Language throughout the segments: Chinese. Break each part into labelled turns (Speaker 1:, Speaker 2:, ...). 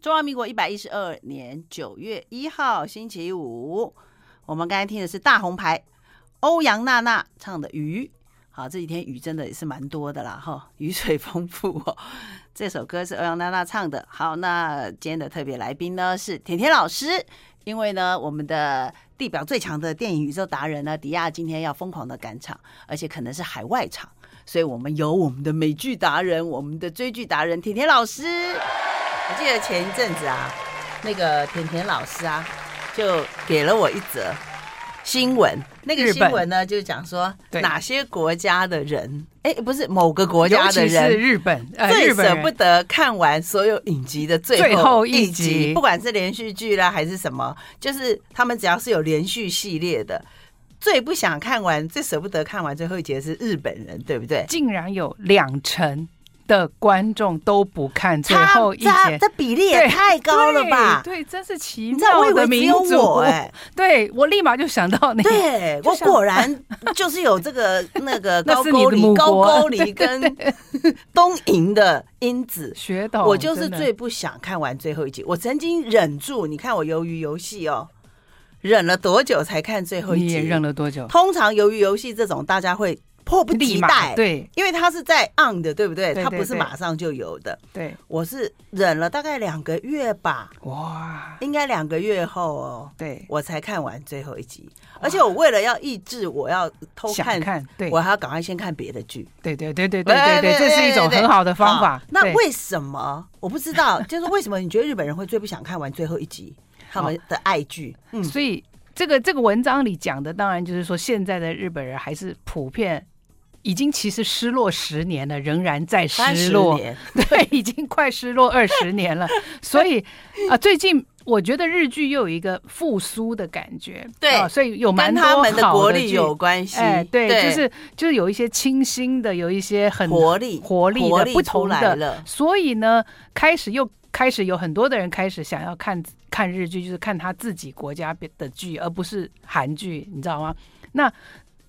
Speaker 1: 中华民国一百一十二年九月一号星期五，我们刚才听的是大红牌欧阳娜娜唱的《鱼》。好，这几天雨真的也是蛮多的啦，哈，雨水丰富哦。这首歌是欧阳娜娜唱的。好，那今天的特别来宾呢是甜甜老师，因为呢我们的地表最强的电影宇宙达人呢迪亚今天要疯狂的赶场，而且可能是海外场，所以我们有我们的美剧达人、我们的追剧达人甜甜老师。我记得前一阵子啊，那个甜甜老师啊，就给了我一则新闻，那个
Speaker 2: 日
Speaker 1: 新
Speaker 2: 本
Speaker 1: 闻呢就是讲说
Speaker 2: 对
Speaker 1: 哪些国家的人，哎，不是某个国
Speaker 2: 尤
Speaker 1: 家的
Speaker 2: 其
Speaker 1: 人
Speaker 2: 是，日本，呃，
Speaker 1: 最
Speaker 2: 日本
Speaker 1: 舍
Speaker 2: 人
Speaker 1: 不得看完所有影集的最
Speaker 2: 最
Speaker 1: 后
Speaker 2: 后
Speaker 1: 一
Speaker 2: 一
Speaker 1: 集，
Speaker 2: 集
Speaker 1: 不管是连续剧啦还是什么，就是他们只要是有连续系列的，最不想看完、最舍不得看完最后一集的是日本人，对不对？
Speaker 2: 竟然有两成的观众都不看最后一
Speaker 1: 他
Speaker 2: 节
Speaker 1: 这，这比例也
Speaker 2: 对
Speaker 1: 太高了吧？
Speaker 2: 对，对真是奇
Speaker 1: 你知道，我
Speaker 2: 妙
Speaker 1: 以为
Speaker 2: 的
Speaker 1: 只
Speaker 2: 民
Speaker 1: 有
Speaker 2: 族。
Speaker 1: 我哎、
Speaker 2: 对我立马就想到 你，
Speaker 1: 对
Speaker 2: 就
Speaker 1: 我
Speaker 2: 像
Speaker 1: 果然就是有这个 那个
Speaker 2: 那
Speaker 1: 高
Speaker 2: 是你
Speaker 1: 沟
Speaker 2: 的
Speaker 1: 离、
Speaker 2: 母
Speaker 1: 高
Speaker 2: 国
Speaker 1: 沟离 跟东瀛的因子。
Speaker 2: 学懂，
Speaker 1: 我就是
Speaker 2: 哦真的
Speaker 1: 最不想看完最后一集。我曾经忍住，你看我《鱿鱼游戏》哦，忍了多久才看最后一
Speaker 2: 你
Speaker 1: 集？
Speaker 2: 也认了多久？
Speaker 1: 通常《鱿鱼游戏》这种，大家会迫不及
Speaker 2: 立马
Speaker 1: 待，，
Speaker 2: 对
Speaker 1: 因为它是在 on 的，对不对？
Speaker 2: 对
Speaker 1: 它
Speaker 2: 对
Speaker 1: 不是
Speaker 2: 对
Speaker 1: 马上就有的。
Speaker 2: 对，
Speaker 1: 我是忍了大概两个月吧，
Speaker 2: 哇，
Speaker 1: 应该两个月后哦，
Speaker 2: 对，
Speaker 1: 我才看完最后一集。而且我为了要抑制，我要偷
Speaker 2: 想
Speaker 1: 看，
Speaker 2: 看，对
Speaker 1: 我，还哎要赶快先看别的剧。
Speaker 2: 对对对对对对对，这是一种很好的方法
Speaker 1: 好。那
Speaker 2: 对
Speaker 1: 为什么我不知道？ 就是为什么你觉得日本人会最不想看完最后一集他们的爱剧？嗯，
Speaker 2: 所以这个这个文章里讲的，当然就是说现在的日本人还是普遍。已经其实失落十年了，仍然在失
Speaker 1: 30
Speaker 2: 落，
Speaker 1: 年
Speaker 2: 对，已经快失落二十年了。所以啊、最近我觉得日剧又有一个复苏的感觉，
Speaker 1: 对
Speaker 2: 啊所以有
Speaker 1: 跟
Speaker 2: 蛮多
Speaker 1: 他们的
Speaker 2: 好
Speaker 1: 国力
Speaker 2: 剧
Speaker 1: 有关系。
Speaker 2: 哎，对，就是就是有一些清新的，有一些很
Speaker 1: 活力，
Speaker 2: 活力
Speaker 1: 活
Speaker 2: 的
Speaker 1: 力
Speaker 2: 不
Speaker 1: 出
Speaker 2: 同
Speaker 1: 来
Speaker 2: 的
Speaker 1: 了。
Speaker 2: 所以呢，开始又开始有很多的人开始想要看看日剧，就是看他自己国家的剧，而不是韩剧，你知道吗？那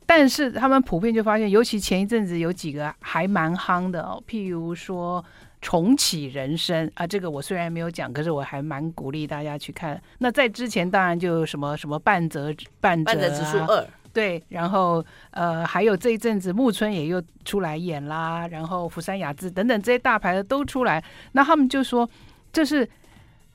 Speaker 2: 但是他们普遍就发现，尤其前一阵子有几个还蛮夯的哦，譬如说。重启人生啊，这个我虽然没有讲，可是我还蛮鼓励大家去看。那在之前当然就有什么什么半泽半泽、啊、
Speaker 1: 半泽指数二，
Speaker 2: 对，然后呃，还有这一阵子木村也又出来演啦，然后福山雅治等等这些大牌的都出来，那他们就说这是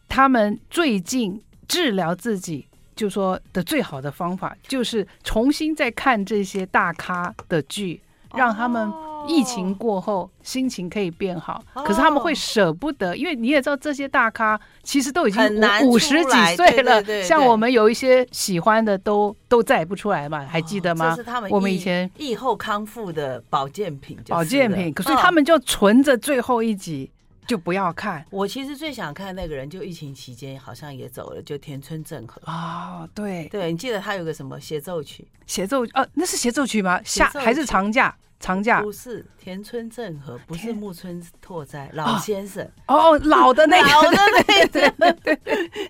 Speaker 2: 他们最近治疗自己。就说的最好的方法就是重新再看这些大咖的剧，让他们
Speaker 1: 哦
Speaker 2: 疫情过后心情可以变好。可是他们会舍不得，因为你也知道这些大咖其实都已经
Speaker 1: 很难
Speaker 2: 五五
Speaker 1: 出
Speaker 2: 十几
Speaker 1: 来对
Speaker 2: 岁了，
Speaker 1: 对对
Speaker 2: 像
Speaker 1: 对
Speaker 2: 我们有一些喜欢的都都再也不出来嘛，还记得
Speaker 1: 哦这
Speaker 2: 吗
Speaker 1: 是？他们
Speaker 2: 我们
Speaker 1: 疫
Speaker 2: 以前
Speaker 1: 疫后康复的保健品就是了，
Speaker 2: 保健品，可是他
Speaker 1: 嗯。
Speaker 2: 们就存着最后一集就不要看
Speaker 1: 我其实最想看那个人，就疫情期间好像也走了，就田村正和。
Speaker 2: 啊、哦。对，
Speaker 1: 对，你记得他有个什么协奏曲？
Speaker 2: 协奏呃，那是协奏曲吗？
Speaker 1: 协奏
Speaker 2: 下
Speaker 1: 曲
Speaker 2: 还是长假？长假
Speaker 1: 不是田村正和，不是
Speaker 2: 啊田
Speaker 1: 木村拓哉，老先生，
Speaker 2: 哦，老的那
Speaker 1: 老
Speaker 2: 个，
Speaker 1: 的那个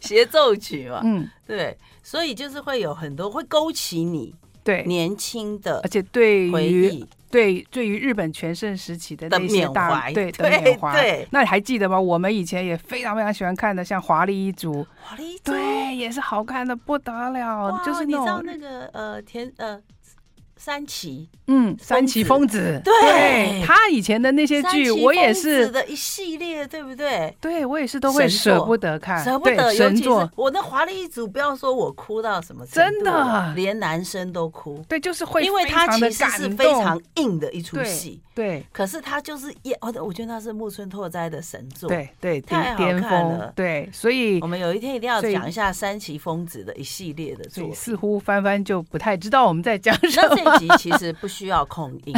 Speaker 1: 协奏曲嘛。
Speaker 2: 嗯，
Speaker 1: 对，所以就是会有很多会勾起你
Speaker 2: 对，
Speaker 1: 年轻的
Speaker 2: 而且对
Speaker 1: 回
Speaker 2: 于
Speaker 1: 忆。
Speaker 2: 对对于日本全盛时期的
Speaker 1: 的
Speaker 2: 那些
Speaker 1: 缅
Speaker 2: 大
Speaker 1: 怀
Speaker 2: 对
Speaker 1: 对
Speaker 2: 的缅怀，
Speaker 1: 对
Speaker 2: 那你还记得吗？我们以前也非常非常喜欢看的，像《华丽一族》，
Speaker 1: 华丽一族，
Speaker 2: 对，也是好看的不得了
Speaker 1: 哇，
Speaker 2: 就是
Speaker 1: 你
Speaker 2: 那
Speaker 1: 知道
Speaker 2: 种
Speaker 1: 那个呃田呃三崎
Speaker 2: 嗯，三
Speaker 1: 子
Speaker 2: 崎丰子，
Speaker 1: 对
Speaker 2: 他以前的那些
Speaker 1: 三
Speaker 2: 剧，
Speaker 1: 崎
Speaker 2: 我也
Speaker 1: 丰子
Speaker 2: 是，
Speaker 1: 的一系列，对不对？
Speaker 2: 对我也是都会
Speaker 1: 神作
Speaker 2: 舍不得看，
Speaker 1: 舍不
Speaker 2: 啊对
Speaker 1: 得，尤
Speaker 2: 神
Speaker 1: 其是
Speaker 2: 作，
Speaker 1: 我那华丽一族，不要说我哭到什么程
Speaker 2: 真
Speaker 1: 度
Speaker 2: 的
Speaker 1: 了连男生都哭，
Speaker 2: 对，就是会
Speaker 1: 因为
Speaker 2: 非
Speaker 1: 它
Speaker 2: 常
Speaker 1: 其
Speaker 2: 地
Speaker 1: 实是
Speaker 2: 感
Speaker 1: 非
Speaker 2: 动
Speaker 1: 常硬的一出
Speaker 2: 对
Speaker 1: 戏，
Speaker 2: 对
Speaker 1: 可是它就是也，哦我觉得那是木村拓哉的神作。，
Speaker 2: 对对
Speaker 1: 太好
Speaker 2: 巅
Speaker 1: 看
Speaker 2: 巅
Speaker 1: 了
Speaker 2: 峰，对，所以
Speaker 1: 我们有一天一定要
Speaker 2: 所以
Speaker 1: 讲一下山崎丰子的一系列的
Speaker 2: 所
Speaker 1: 作
Speaker 2: 以
Speaker 1: 品。
Speaker 2: 似乎翻翻就不太知道我们在讲什
Speaker 1: 那
Speaker 2: 么，
Speaker 1: 这一集其实不需要控音，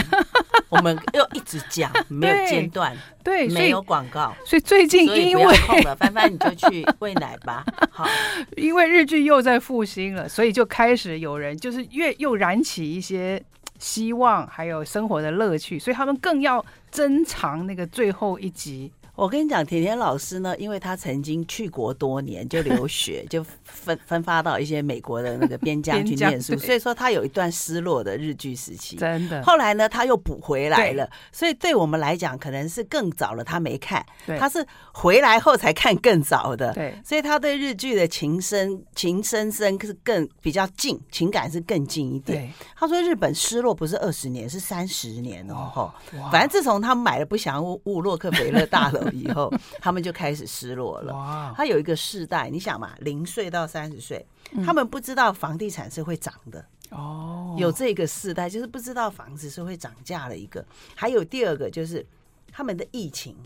Speaker 1: 我们又一直讲，没有间断，
Speaker 2: 对，所
Speaker 1: 没
Speaker 2: 以
Speaker 1: 有广告，
Speaker 2: 所以最近
Speaker 1: 所以
Speaker 2: 因
Speaker 1: 不要
Speaker 2: 为
Speaker 1: 控了。翻翻你就去喂奶吧。好，
Speaker 2: 因为日剧又在复兴了，所以就开始有人就是越又燃起一些希望，还有生活的乐趣，所以他们更要珍藏那个最后一集。
Speaker 1: 我跟你讲，甜甜老师呢，因为他曾经去国多年，就留 学，就分分发到一些美国的那个边疆去
Speaker 2: 边疆
Speaker 1: 念书，
Speaker 2: 对
Speaker 1: 所以说他有一段失落的日剧时期。
Speaker 2: 真的，
Speaker 1: 后来呢，他又补回来了，所以对我们来讲，可能是更早了，他没看，
Speaker 2: 对
Speaker 1: 他是回来后才看更早的，
Speaker 2: 对
Speaker 1: 所以他对日剧的情深情深深是更比较近，情感是更近一点。
Speaker 2: 对，
Speaker 1: 他说日本失落不是二十年，是三十年哦。吼
Speaker 2: 哇
Speaker 1: 反正自从他们买了不祥物物洛克菲勒大楼以 后，他们就开始失落了。
Speaker 2: 哇，
Speaker 1: 他有一个世代，你想嘛，零岁到三十岁，
Speaker 2: 嗯
Speaker 1: 他们不知道房地产是会涨的，
Speaker 2: 哦，
Speaker 1: 有这个世代就是不知道房子是会涨价的一个。还有第二个就是他们的疫情，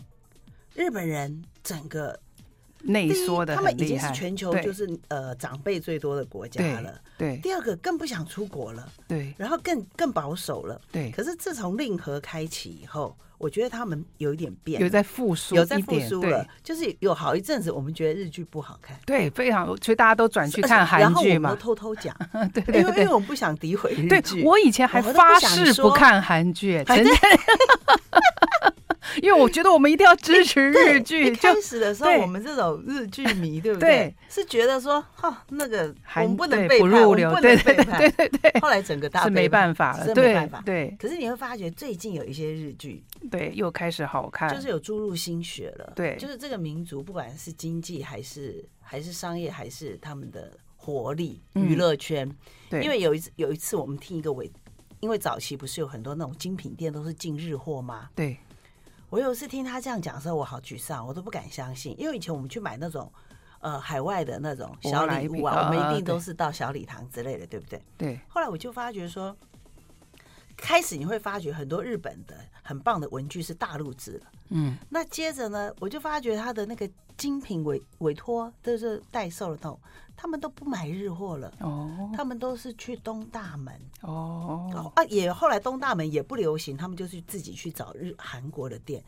Speaker 1: 日本人整个
Speaker 2: 内
Speaker 1: 第一
Speaker 2: 缩的
Speaker 1: 他
Speaker 2: 很
Speaker 1: 们已
Speaker 2: 厉
Speaker 1: 经是
Speaker 2: 害，
Speaker 1: 全球
Speaker 2: 对
Speaker 1: 就是呃长辈最多的国家
Speaker 2: 对
Speaker 1: 了。
Speaker 2: 对
Speaker 1: 第二个更不想出国了，
Speaker 2: 对
Speaker 1: 然后更更保守了。
Speaker 2: 对，
Speaker 1: 可是自从令和开启以后，我觉得他们有一点变了，
Speaker 2: 有在复苏，
Speaker 1: 有在复苏了
Speaker 2: 对。，
Speaker 1: 就是有好一阵子我们觉得日剧不好看。
Speaker 2: 对，非常，所以大家都转去看
Speaker 1: 然
Speaker 2: 韩
Speaker 1: 后我
Speaker 2: 剧
Speaker 1: 们都
Speaker 2: 嘛。
Speaker 1: 偷偷讲，
Speaker 2: 对
Speaker 1: 因为
Speaker 2: 对
Speaker 1: 因为
Speaker 2: 对，
Speaker 1: 我们不想诋毁日剧。
Speaker 2: 对我以前还发誓不看韩剧，
Speaker 1: 还
Speaker 2: 曾经，因为我觉得我们一定要支持
Speaker 1: 对
Speaker 2: 日
Speaker 1: 一
Speaker 2: 剧，就
Speaker 1: 开始的时候，
Speaker 2: 对
Speaker 1: 我们这种日剧迷，对不
Speaker 2: 对？
Speaker 1: 是觉得说，哈，那个我
Speaker 2: 韩
Speaker 1: 们不能
Speaker 2: 对
Speaker 1: 背
Speaker 2: 不
Speaker 1: 叛，
Speaker 2: 入
Speaker 1: 我们
Speaker 2: 流
Speaker 1: 不，
Speaker 2: 对
Speaker 1: 能背
Speaker 2: 对对对
Speaker 1: 叛。
Speaker 2: 对对，
Speaker 1: 后来整个大
Speaker 2: 是没
Speaker 1: 背叛
Speaker 2: 办法了，
Speaker 1: 真没
Speaker 2: 对
Speaker 1: 办法。
Speaker 2: 对
Speaker 1: 可是你会发觉，最近有一些日剧，
Speaker 2: 对，又开始好看，
Speaker 1: 就是有注入心血了。
Speaker 2: 对
Speaker 1: 就是这个民族，不管是经济还是还是商业，还是他们的活力、
Speaker 2: 嗯
Speaker 1: 娱乐圈。
Speaker 2: 对，
Speaker 1: 因为有一次有一次我们听一个伟，因为早期不是有很多那种精品店都是进日货吗？
Speaker 2: 对
Speaker 1: 我有一次听他这样讲的时候，我好沮丧，我都不敢相信，因为以前我们去买那种。呃，海外的那种
Speaker 2: 舶
Speaker 1: 小
Speaker 2: 来
Speaker 1: 礼
Speaker 2: 品
Speaker 1: 物啊，我们
Speaker 2: 啊
Speaker 1: 一定都
Speaker 2: 对
Speaker 1: 是到小礼堂之类的，对不对？
Speaker 2: 对
Speaker 1: 后来我就发觉说，开始你会发觉很多日本的很棒的文具是大陆制的，
Speaker 2: 嗯
Speaker 1: 那接着呢，我就发觉他的那个精品委委托就是代售的那种，他们都不买日货了，
Speaker 2: 哦
Speaker 1: 他们都是去东大门。
Speaker 2: 哦
Speaker 1: 哦啊，也后来东大门也不流行，他们就是自己去找日韩国的店。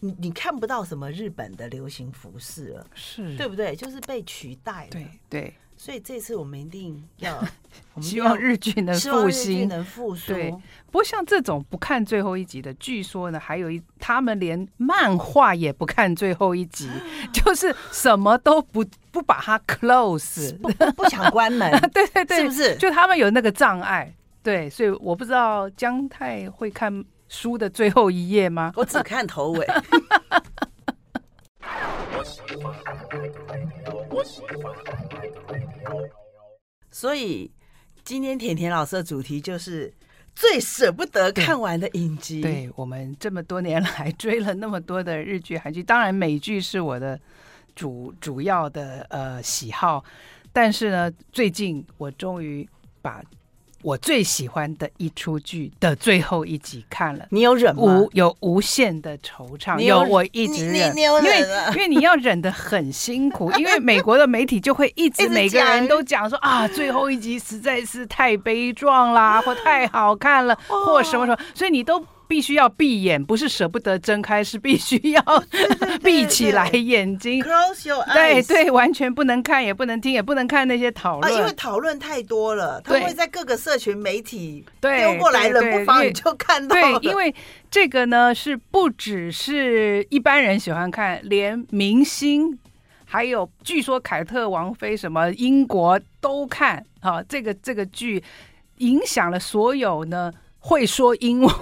Speaker 1: 你你看不到什么日本的流行服饰了，
Speaker 2: 是，
Speaker 1: 对不对？就是被取代了。
Speaker 2: 嗯对对，
Speaker 1: 所以这次我们一定 要，我们一定
Speaker 2: 希
Speaker 1: 要
Speaker 2: 望日剧能
Speaker 1: 希望
Speaker 2: 复
Speaker 1: 日剧
Speaker 2: 兴。
Speaker 1: 能复苏。
Speaker 2: 对不过像这种不看最后一集的，据说呢，还有一他们连漫画也不看最后一 集，就是什么都不不把它 close。
Speaker 1: 不不不想关门，
Speaker 2: 对对对，
Speaker 1: 是不是？
Speaker 2: 就他们有那个障碍。对，所以我不知道姜太会看书的最后一页吗？
Speaker 1: 我只看头尾。 所以今天甜甜老师的主题就是最舍不得看完的影集。
Speaker 2: 对我们这么多年来 追了那么多的日剧、韩剧，当然美剧是我的主主要的呃喜好，但是呢，最近我终于把我最喜欢的一出剧的最后一集看了。
Speaker 1: 你有忍吗？
Speaker 2: 无有无限的惆怅，
Speaker 1: 你有
Speaker 2: 我一直
Speaker 1: 你
Speaker 2: 忍，
Speaker 1: 你你有
Speaker 2: 因为
Speaker 1: 忍啊
Speaker 2: 因为你要忍得很 辛苦，因为美国的媒体就会一
Speaker 1: 一
Speaker 2: 直
Speaker 1: 直
Speaker 2: 每个
Speaker 1: 讲
Speaker 2: 人都讲说啊，最后一集实在是太悲壮
Speaker 1: 哦
Speaker 2: 啦，或太好看了，或什么什么，所以你都。必须要闭眼，不是舍不得睁开，是必须要 闭起来眼睛。
Speaker 1: Close your
Speaker 2: 对
Speaker 1: eyes。
Speaker 2: 对，完全不能看，也不能听，也不能看那些讨
Speaker 1: 啊，因为
Speaker 2: 论。
Speaker 1: 讨论太多了，他
Speaker 2: 对
Speaker 1: 会在各个社群媒体
Speaker 2: 对
Speaker 1: 丢过来，
Speaker 2: 对
Speaker 1: 冷
Speaker 2: 对
Speaker 1: 不防
Speaker 2: 因为
Speaker 1: 你就看到
Speaker 2: 对
Speaker 1: 了。，
Speaker 2: 因为这个呢是不只是一般人喜欢看，连明星，还有据说凯特王妃什么英国都看啊。这个这个剧影响了所有呢会说英文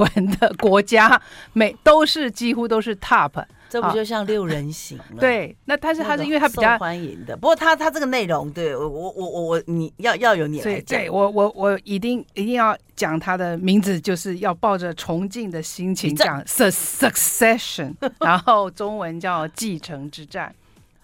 Speaker 2: 的国家，每都是几乎都是 top。
Speaker 1: 这
Speaker 2: 不就
Speaker 1: 像六人行了？。
Speaker 2: 对，那但是它是因为它比
Speaker 1: 那个
Speaker 2: 较
Speaker 1: 受欢迎的，不过他他这个内容，对我我我我我你要要有你
Speaker 2: 所
Speaker 1: 来
Speaker 2: 以，
Speaker 1: 讲
Speaker 2: 对，我我我一定一定要讲他的名字，就是要抱着崇敬的心情
Speaker 1: 你这
Speaker 2: 讲《Su- Succession》，然后中文叫《继承之战》。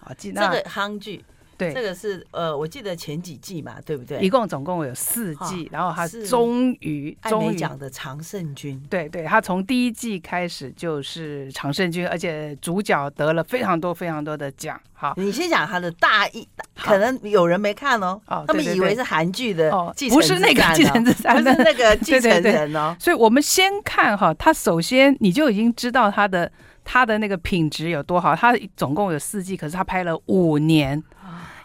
Speaker 2: 好，继
Speaker 1: 这
Speaker 2: 那、
Speaker 1: 个夯剧，
Speaker 2: 对，
Speaker 1: 这个是呃，我记得前几季嘛，对不
Speaker 2: 一
Speaker 1: 对？
Speaker 2: 共总共有四季，然后他
Speaker 1: 是
Speaker 2: 终于
Speaker 1: 艾
Speaker 2: 终
Speaker 1: 美
Speaker 2: 于
Speaker 1: 奖的常胜军，
Speaker 2: 对对，他从第一季开始就是常胜军，而且主角得了非常多非常多的奖。好，
Speaker 1: 你先讲他的大意，
Speaker 2: 好
Speaker 1: 可能有人没看哦
Speaker 2: 哦，
Speaker 1: 他们
Speaker 2: 对对
Speaker 1: 以为
Speaker 2: 对
Speaker 1: 是韩剧的
Speaker 2: 哦
Speaker 1: 继，承
Speaker 2: 不是那个继
Speaker 1: 之战
Speaker 2: 承
Speaker 1: 哦
Speaker 2: 之战，
Speaker 1: 不是那个继
Speaker 2: 对对
Speaker 1: 承
Speaker 2: 对
Speaker 1: 人哦，
Speaker 2: 所以我们先看哈，它首先你就已经知道它
Speaker 1: 啊
Speaker 2: 的它的那个品质有多好。它总共有四季，可是它拍了五年，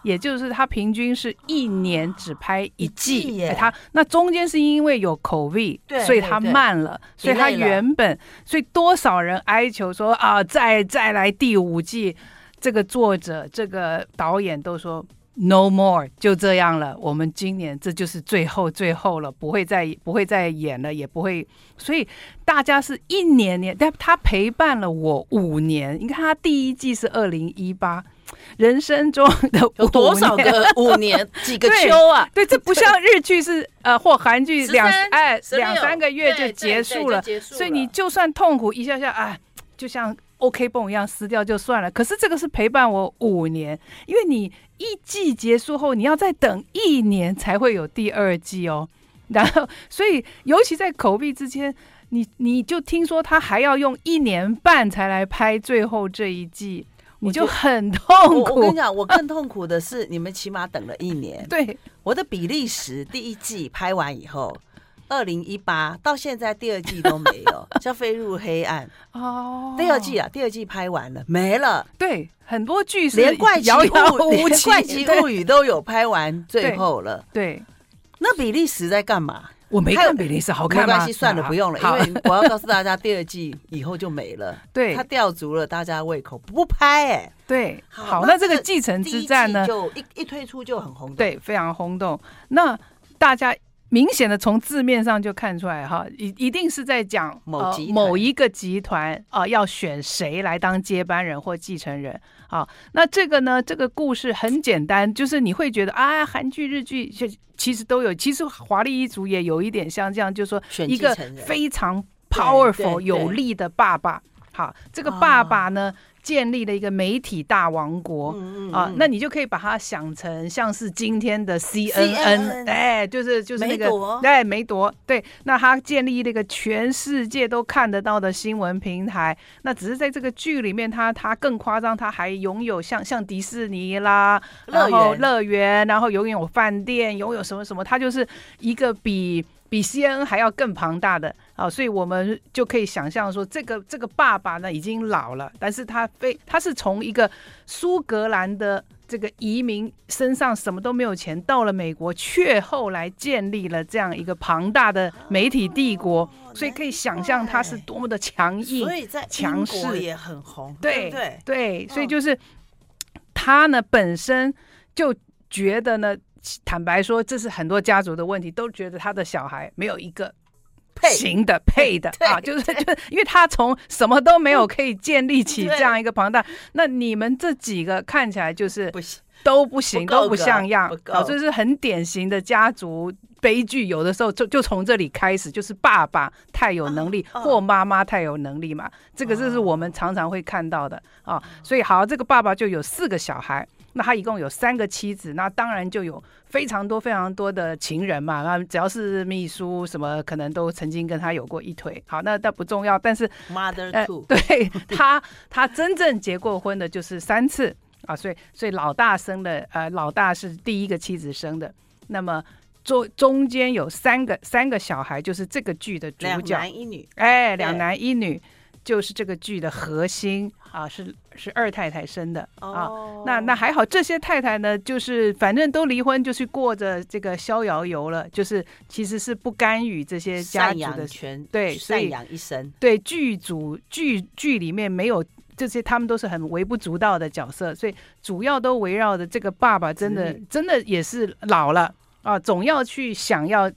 Speaker 2: 也就是他平均是一年只拍一
Speaker 1: 一季
Speaker 2: 季，
Speaker 1: 耶
Speaker 2: 哎他那中间是因为有口 V，
Speaker 1: 对
Speaker 2: 所以他
Speaker 1: 对对
Speaker 2: 慢了，所以他
Speaker 1: delay 了
Speaker 2: 原本所以多少人哀求说啊，再再来第五季，这个作者这个导演都说。No more，就这样了。我们今年这就是最后最后了，不会再不会再演了，也不会。所以大家是一年年，但他陪伴了我五年。你看他第一季是二零一八，人生中的
Speaker 1: 有多少
Speaker 2: 五年？
Speaker 1: 个五年几个
Speaker 2: 对
Speaker 1: 秋啊？
Speaker 2: 对，这不像日剧是呃或韩剧
Speaker 1: 13
Speaker 2: 两哎
Speaker 1: 16
Speaker 2: 两三个月就
Speaker 1: 对
Speaker 2: 结束了，，
Speaker 1: 对对就结束
Speaker 2: 所以你就算痛苦一下下哎，就像 OK 绷一样撕掉就算了。可是这个是陪伴我五年，因为你一季结束后，你要再等一年才会有第二季哦。 然后，所以尤其在口碑之间，你你就听说他还要用一年半才来拍最后这一季，你
Speaker 1: 我觉
Speaker 2: 就
Speaker 1: 得
Speaker 2: 很
Speaker 1: 我
Speaker 2: 痛
Speaker 1: 我跟你
Speaker 2: 苦。
Speaker 1: 讲，我更痛苦的是，你们起码等了一年。
Speaker 2: 对，
Speaker 1: 我的比利时第一季拍完以后，二零一八到现在第二季都没 有，叫飞入黑暗。
Speaker 2: 哦，
Speaker 1: 第二季啊，第二季拍完了，没了。
Speaker 2: 对，很多剧是
Speaker 1: 连怪奇
Speaker 2: 遥遥
Speaker 1: 物，
Speaker 2: 无
Speaker 1: 连
Speaker 2: 期，
Speaker 1: 怪奇
Speaker 2: 对
Speaker 1: 物语都有拍完最后了。
Speaker 2: 对，
Speaker 1: 那比利时在干嘛？
Speaker 2: 我没
Speaker 1: 还有
Speaker 2: 看比利时好
Speaker 1: 没
Speaker 2: 看吗？
Speaker 1: 关系，算了，
Speaker 2: 啊
Speaker 1: 不用了，
Speaker 2: 好
Speaker 1: 因为我要告诉大家，第二季以后就没了。
Speaker 2: 对
Speaker 1: 他吊足了大家胃口，不拍哎、
Speaker 2: 对，
Speaker 1: 好
Speaker 2: 好，
Speaker 1: 那
Speaker 2: 那
Speaker 1: 这
Speaker 2: 这个
Speaker 1: 个
Speaker 2: 继承
Speaker 1: 第
Speaker 2: 之
Speaker 1: 一
Speaker 2: 战呢
Speaker 1: 季？就一一推出就很红。，
Speaker 2: 对，非常轰动。那大家明显的从字面上就看出来哈，一一定是在讲
Speaker 1: 某
Speaker 2: 呃
Speaker 1: 集
Speaker 2: 某
Speaker 1: 团
Speaker 2: 一个集团啊、要选谁来当接班人或继承人啊。那这个呢，这个故事很简单，就是你会觉得啊，韩剧、日剧就其实都有，其实《华丽一族》也有一点像这样，就是说
Speaker 1: 选
Speaker 2: 一
Speaker 1: 继
Speaker 2: 个
Speaker 1: 承人
Speaker 2: 非常
Speaker 1: 对
Speaker 2: powerful
Speaker 1: 对啊
Speaker 2: 有
Speaker 1: 对
Speaker 2: 力的爸爸。好，这个爸爸呢，建立了一个媒体大王国。
Speaker 1: 嗯
Speaker 2: 啊，那你就可以把它想成像是今天的
Speaker 1: CNN
Speaker 2: CNN，哎，就是就是那
Speaker 1: 梅
Speaker 2: 个
Speaker 1: 朵
Speaker 2: 对梅朵，对，那他建立了一个全世界都看得到的新闻平台。那只是在这个剧里面，他他更夸张，他还拥有像像迪士尼啦，
Speaker 1: 乐
Speaker 2: 然后
Speaker 1: 园
Speaker 2: 乐园，然后拥有饭店，拥有什么什么，它就是一个比比 C N 还要更庞大的啊，所以我们就可以想象说，这个这个爸爸呢已经老了，但是他非他是从一个苏格兰的这个移民身上什么都没有钱，到了美国，却后来建立了这样一个庞大的媒体帝国，所以可以想象他是多么的强硬
Speaker 1: 所。以在英
Speaker 2: 强
Speaker 1: 国
Speaker 2: 势
Speaker 1: 也很红，对
Speaker 2: 对
Speaker 1: 不对？
Speaker 2: 对，所以
Speaker 1: 嗯
Speaker 2: 就是他呢本身就觉得呢，坦白说，这是很多家族的问题，都觉得他的小孩没有一个
Speaker 1: 配
Speaker 2: 行的配 的啊，就是就是因为他从什么都没有可以建立起
Speaker 1: 对
Speaker 2: 这样一个庞大。那你们这几个看起来就是
Speaker 1: 不行，
Speaker 2: 都不行，
Speaker 1: 不够
Speaker 2: 都不
Speaker 1: 格
Speaker 2: 像样
Speaker 1: 不，够
Speaker 2: 啊，这是很典型的家族悲剧。有的时候就就从这里开始，就是爸爸太有能力，
Speaker 1: 啊啊
Speaker 2: 或妈妈太有能力嘛。这个这是我们常常会看到的啊。所以好，这个爸爸就有四个小孩，那他一共有三个妻子，那当然就有非常多非常多的情人嘛。那只要是秘书什么，可能都曾经跟他有过一腿。好，那那不重要，但是
Speaker 1: Mother
Speaker 2: 呃
Speaker 1: Two，、
Speaker 2: 对 他，他真正结过婚的就是三次啊，所以所以老大生的，呃，老大是第一个妻子生的，那么中中间有三个三个小孩，就是这个剧的主
Speaker 1: 两
Speaker 2: 角，
Speaker 1: 男一女，
Speaker 2: 哎，
Speaker 1: 对
Speaker 2: 两男一女就是这个剧的核心啊，是是二太太生的啊。
Speaker 1: 哦
Speaker 2: 那那还好，这些太太呢，就是反正都离婚，就去过着这个逍遥游了，就是其实是不干预这些
Speaker 1: 赡
Speaker 2: 家族的
Speaker 1: 养全
Speaker 2: 对所以
Speaker 1: 赡养一生，
Speaker 2: 对剧组剧剧里面没有这些，他们都是很微不足道的角色，所以主要都围绕着这个爸爸，真的
Speaker 1: 子女
Speaker 2: 真的也是老了啊，总要去想要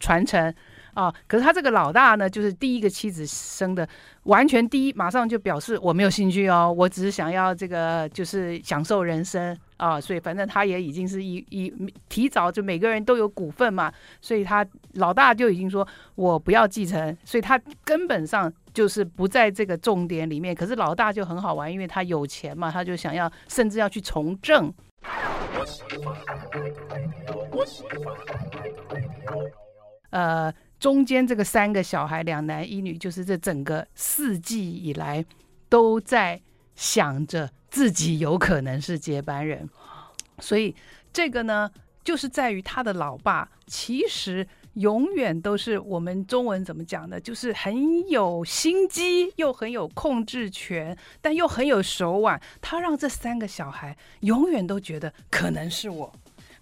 Speaker 2: 传承啊。可是他这个老大呢，就是第一个妻子生的，完全第一马上就表示我没有兴趣哦，我只是想要这个就是享受人生啊，所以反正他也已经是一一提早就每个人都有股份嘛，所以他老大就已经说我不要继承，所以他根本上就是不在这个重点里面。可是老大就很好玩，因为他有钱嘛，他就想要甚至要去从政。呃，中间这个三个小孩，两男一女，就是这整个四季以来都在想着自己有可能是接班人，所以这个呢，就是在于他的老爸其实永远都是我们中文怎么讲呢？就是很有心机，又很有控制权，但又很有手腕。他让这三个小孩永远都觉得可能是我。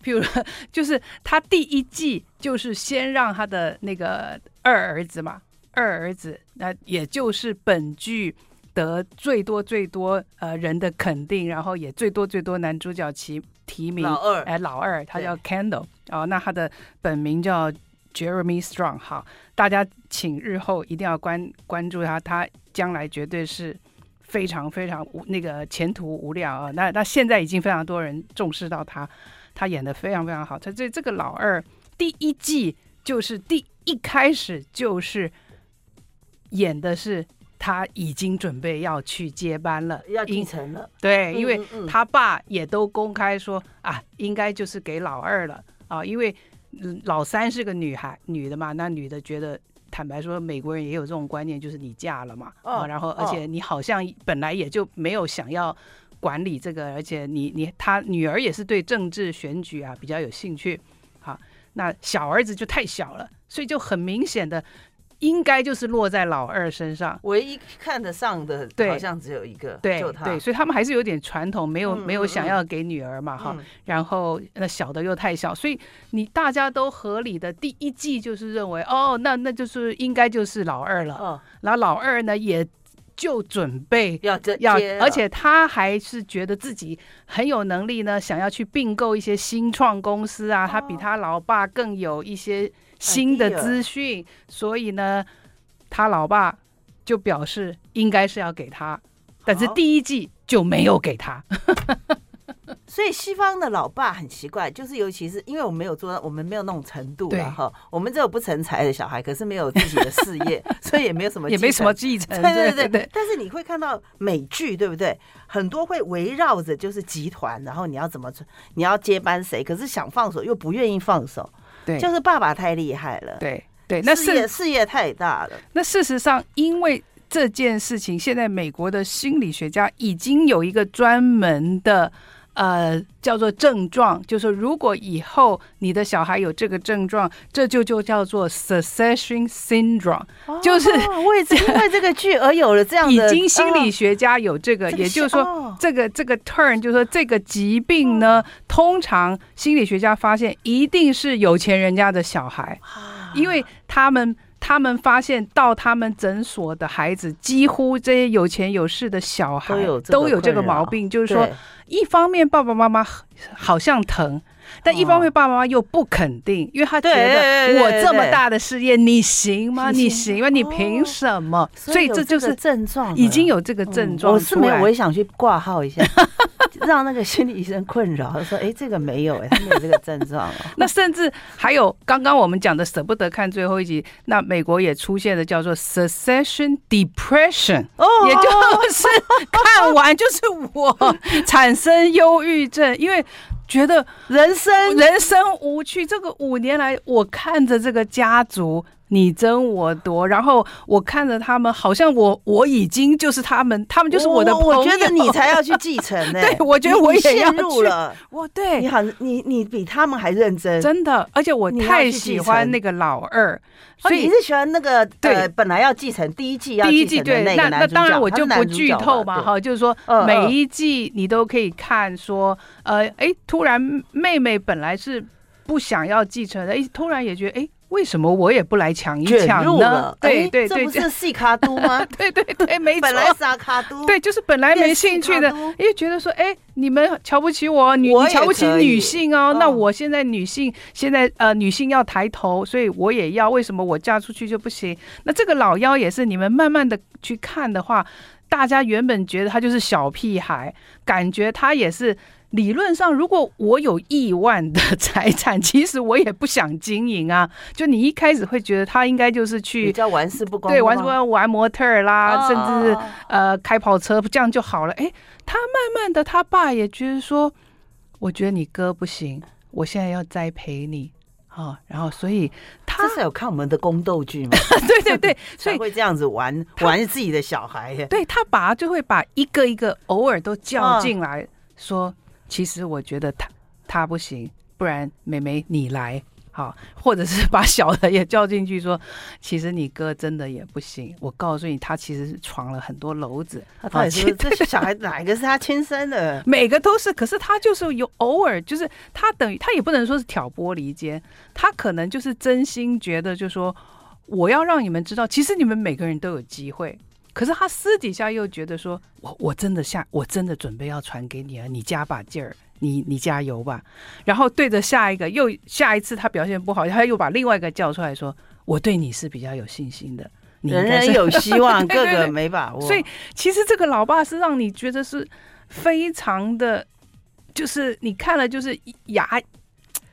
Speaker 2: 譬如，就是他第一季就是先让他的那个二儿子嘛，二儿子，那也就是本剧得最多最多呃人的肯定，然后也最多最多男主角提提名，
Speaker 1: 老二，
Speaker 2: 哎，老二他
Speaker 1: 对
Speaker 2: 叫 Candle 哦，那他的本名叫 Jeremy Strong。好，大家请日后一定要关关注他，他将来绝对是非常非常无那个前途无量啊。那那现在已经非常多人重视到他，他演的非常非常好。他这这个老二第一季就是第一开始就是演的是。他已经准备要去接班了，
Speaker 1: 要继
Speaker 2: 因
Speaker 1: 承了，
Speaker 2: 对，因为
Speaker 1: 嗯嗯嗯
Speaker 2: 他爸也都公开说啊，应该就是给老二了啊，因为嗯老三是个女孩，女的嘛，那女的觉得。坦白说，美国人也有这种观念，就是你嫁了嘛，
Speaker 1: 哦
Speaker 2: 啊，然后而且你好像本来也就没有想要管理这个，而且你你他女儿也是对政治选举啊比较有兴趣，好、那小儿子就太小了，所以就很明显的应该就是落在老二身上，
Speaker 1: 唯一看得上的
Speaker 2: 对
Speaker 1: 好像只有一个，
Speaker 2: 对
Speaker 1: 就他，
Speaker 2: 对，所以他们还是有点传统，没有、
Speaker 1: 嗯
Speaker 2: 没有
Speaker 1: 嗯
Speaker 2: 想
Speaker 1: 嗯
Speaker 2: 要给女儿嘛哈，
Speaker 1: 嗯
Speaker 2: 然后那小的又太小，所以你大家都合理的第一季就是认为哦，那那就是应该就是老二了，
Speaker 1: 哦，
Speaker 2: 然后老二呢也就准备
Speaker 1: 要这
Speaker 2: 要
Speaker 1: 接，了
Speaker 2: 而且他还是觉得自己很有能力呢，想要去并购一些新创公司啊，他比
Speaker 1: 哦
Speaker 2: 他老爸更有一些新的
Speaker 1: Idea
Speaker 2: 资讯，所以呢，他老爸就表示应该是要给他，但是
Speaker 1: 好
Speaker 2: 第一季就没有给他，
Speaker 1: 所以西方的老爸很奇怪，就是尤其是因为我们没有做到，我们没有那种程度
Speaker 2: 对
Speaker 1: 了哈。我们这有不成才的小孩，可是没有自己的事 业，所以也没有什么，
Speaker 2: 也没什么。继 承，
Speaker 1: 对对对
Speaker 2: 对
Speaker 1: 对，但是你会看到美剧，对不对？很多会围绕着就是集团，然后你要怎么，你要接班谁？可是想放手又不愿意放手，
Speaker 2: 对
Speaker 1: 就是爸爸太厉害了，
Speaker 2: 对对，那
Speaker 1: 事
Speaker 2: 是
Speaker 1: 业事业太大了，
Speaker 2: 那事实上，因为这件事情，现在美国的心理学家已经有一个专门的。呃，叫做症状，就是说如果以后你的小孩有这个症状，这就就叫做 succession syndrome，就是
Speaker 1: 哦我也是 因为这个剧而有了这样
Speaker 2: 已
Speaker 1: 的
Speaker 2: 经心理
Speaker 1: 哦
Speaker 2: 学家有这个，
Speaker 1: 这个
Speaker 2: 也就是
Speaker 1: 是
Speaker 2: 说，
Speaker 1: 哦
Speaker 2: 这个这个 turn 就是说这个疾病呢，
Speaker 1: 嗯
Speaker 2: 通常心理学家发现一定是有钱人家的小孩，
Speaker 1: 啊
Speaker 2: 因为他们他们发现到他们诊所的孩子，几乎这些有钱有势的小孩
Speaker 1: 都有这个
Speaker 2: 都有这个
Speaker 1: 困扰
Speaker 2: 毛病，就是说
Speaker 1: 对，
Speaker 2: 一方面爸爸妈妈好像疼。但一方面，爸爸妈妈又不肯定，因为他觉
Speaker 1: 哦对对对
Speaker 2: 得
Speaker 1: 对
Speaker 2: 我这么
Speaker 1: 对
Speaker 2: 大的事业，你行吗？
Speaker 1: 你
Speaker 2: 你
Speaker 1: 行
Speaker 2: 行吗？你
Speaker 1: 哦
Speaker 2: 凭什么？所以
Speaker 1: 有
Speaker 2: 这就
Speaker 1: 个
Speaker 2: 是
Speaker 1: 症状了，嗯
Speaker 2: 已经有这个症状
Speaker 1: 我是
Speaker 2: 出
Speaker 1: 没有，
Speaker 2: 来
Speaker 1: 我也想去挂号 一下，让那个心理医生困扰。他说：“哎、这个没有、哎，他没有这个症状 哦。
Speaker 2: 那甚至还有刚刚我们讲的舍不得看最后一集，那美国也出现了叫做 secession depression，”
Speaker 1: 哦
Speaker 2: 也就是看完就是我产生忧郁症，因为觉得
Speaker 1: 人生啊
Speaker 2: 人生无趣。这个五年来，我看着这个家族。你争我夺，然后我看着他们，好像我我已经就是他们，他们就是我的朋友。
Speaker 1: 哦我觉得你 才要去继承呢、
Speaker 2: 对我觉得
Speaker 1: 你
Speaker 2: 我
Speaker 1: 你
Speaker 2: 也要
Speaker 1: 陷入
Speaker 2: 去
Speaker 1: 了。
Speaker 2: 我对
Speaker 1: 你好，你你比他们还认真，哦
Speaker 2: 真的，而且我
Speaker 1: 你要
Speaker 2: 太
Speaker 1: 去
Speaker 2: 喜
Speaker 1: 继
Speaker 2: 欢
Speaker 1: 承
Speaker 2: 那个老二，
Speaker 1: 所
Speaker 2: 所
Speaker 1: 以、
Speaker 2: 以
Speaker 1: 你是喜欢那个
Speaker 2: 对
Speaker 1: 呃，本来要继承第一季要
Speaker 2: 第一
Speaker 1: 继
Speaker 2: 季
Speaker 1: 承的
Speaker 2: 对，
Speaker 1: 那
Speaker 2: 那
Speaker 1: 个
Speaker 2: 那
Speaker 1: 男主
Speaker 2: 当然
Speaker 1: 角，
Speaker 2: 我
Speaker 1: 他
Speaker 2: 就是不
Speaker 1: 男主
Speaker 2: 剧
Speaker 1: 角
Speaker 2: 透嘛
Speaker 1: 对
Speaker 2: 哈，就是说
Speaker 1: 嗯嗯
Speaker 2: 每一季你都可以看说，呃，哎，突然妹妹本来是不想要继承的，哎，突然也觉得，哎，为什么我也不来抢一
Speaker 1: 卷
Speaker 2: 抢
Speaker 1: 入
Speaker 2: 呢
Speaker 1: 了，？
Speaker 2: 对
Speaker 1: 哎
Speaker 2: 对
Speaker 1: 这
Speaker 2: 对？
Speaker 1: 不是细卡都吗
Speaker 2: 对对对， 没错
Speaker 1: 本，来傻卡都，
Speaker 2: 对，就是本来没兴趣的
Speaker 1: 变啊成卡，都
Speaker 2: 因为觉得说，哎，你们瞧不起我，你
Speaker 1: 我
Speaker 2: 你
Speaker 1: 也
Speaker 2: 瞧不起
Speaker 1: 可以
Speaker 2: 女性哦，那
Speaker 1: 嗯
Speaker 2: 我现在女性现在呃女性要抬头，所以我也要，为什么我嫁出去就不行？那这个老妖也是，你们慢慢的去看的话，大家原本觉得他就是小屁孩，感觉他也是。理论上，如果我有亿万的财产，其实我也不想经营啊。 就你一开始会觉得他应该就是
Speaker 1: 比
Speaker 2: 去
Speaker 1: 较玩世不恭的
Speaker 2: 对
Speaker 1: 吗，
Speaker 2: 玩玩玩模特儿啦，啊甚至是
Speaker 1: 哦哦哦
Speaker 2: 呃开跑车这样就好了。哎，他慢慢的，他爸也觉得说，我觉得你哥不行，我现在要栽培你啊、然后所以他
Speaker 1: 这是哦有看我们的宫斗剧吗？
Speaker 2: 对对对， 所
Speaker 1: 才
Speaker 2: 以
Speaker 1: 会这样子玩玩自己的小孩 耶。
Speaker 2: 对他爸就会把一个一个偶尔都叫进来，说其实我觉得他他不行，不然妹妹你来。好，或者是把小的也叫进去说，其实你哥真的也不行，我告诉你，他其实是闯了很多篓子，
Speaker 1: 他到底是不是
Speaker 2: 好其
Speaker 1: 哦这小孩哪一个是他亲生的？
Speaker 2: 每个都是，可是他就是有偶尔，就是他等于他也不能说是挑拨离间，他可能就是真心觉得，就说我要让你们知道，其实你们每个人都有机会。可是他私底下又觉得说，我我真的下，我真的准备要传给你了，你加把劲儿，你你加油吧。然后对着下一个又下一次他表现不好，他又把另外一个叫出来说，我对你是比较有信心的， 你应
Speaker 1: 人
Speaker 2: 该是
Speaker 1: 人有希望，
Speaker 2: 对
Speaker 1: 个
Speaker 2: 对对
Speaker 1: 个没把握。
Speaker 2: 所以其实这个老爸是让你觉得是非常的，就是你看了就是牙，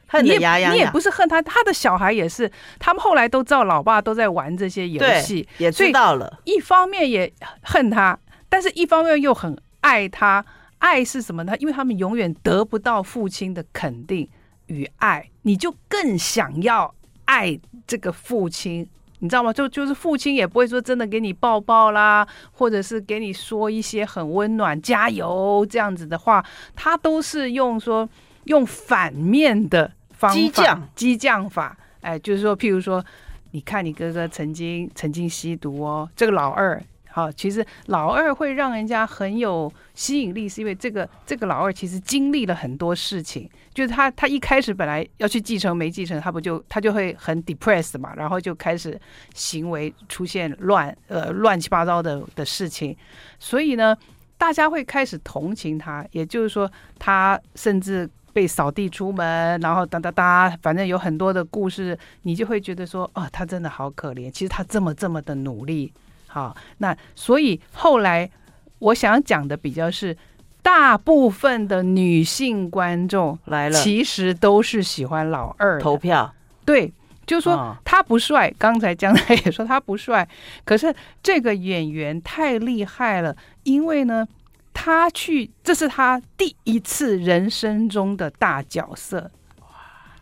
Speaker 1: 恨
Speaker 2: 你
Speaker 1: 得
Speaker 2: 也
Speaker 1: 牙痒
Speaker 2: 你也
Speaker 1: 痒
Speaker 2: 不，是恨他，他的小孩也是，他们后来都知道老爸都在玩这些游戏，
Speaker 1: 也
Speaker 2: 所以
Speaker 1: 知道了。
Speaker 2: 一方面也恨他，但是一方面又很爱他。爱是什么呢？因为他们永远得不到父亲的肯定与爱，你就更想要爱这个父亲，你知道吗？就就是父亲也不会说真的给你抱抱啦，或者是给你说一些很温暖、加油这样子的话，他都是用说用反面的方法
Speaker 1: 激将
Speaker 2: 激将法，哎，就是说，譬如说，你看你哥哥曾经曾经吸毒哦，这个老二。好，其实老二会让人家很有吸引力，是因为这个这个老二其实经历了很多事情，就是他他一开始本来要去继承没继承，他不就他就会很 depressed 嘛，然后就开始行为出现乱呃乱七八糟的的事情，所以呢，大家会开始同情他，也就是说，他甚至被扫地出门，然后哒哒哒，反正有很多的故事，你就会觉得说，啊，他真的好可怜。其实他这么这么的努力，好，那所以后来我想讲的比较是，大部分的女性观众
Speaker 1: 来了，
Speaker 2: 其实都是喜欢老二的
Speaker 1: 投票
Speaker 2: 对，就是说
Speaker 1: 啊
Speaker 2: 他不帅，刚才江台也说他不帅，可是这个演员太厉害了，因为呢，他去，这是他第一次人生中的大角色，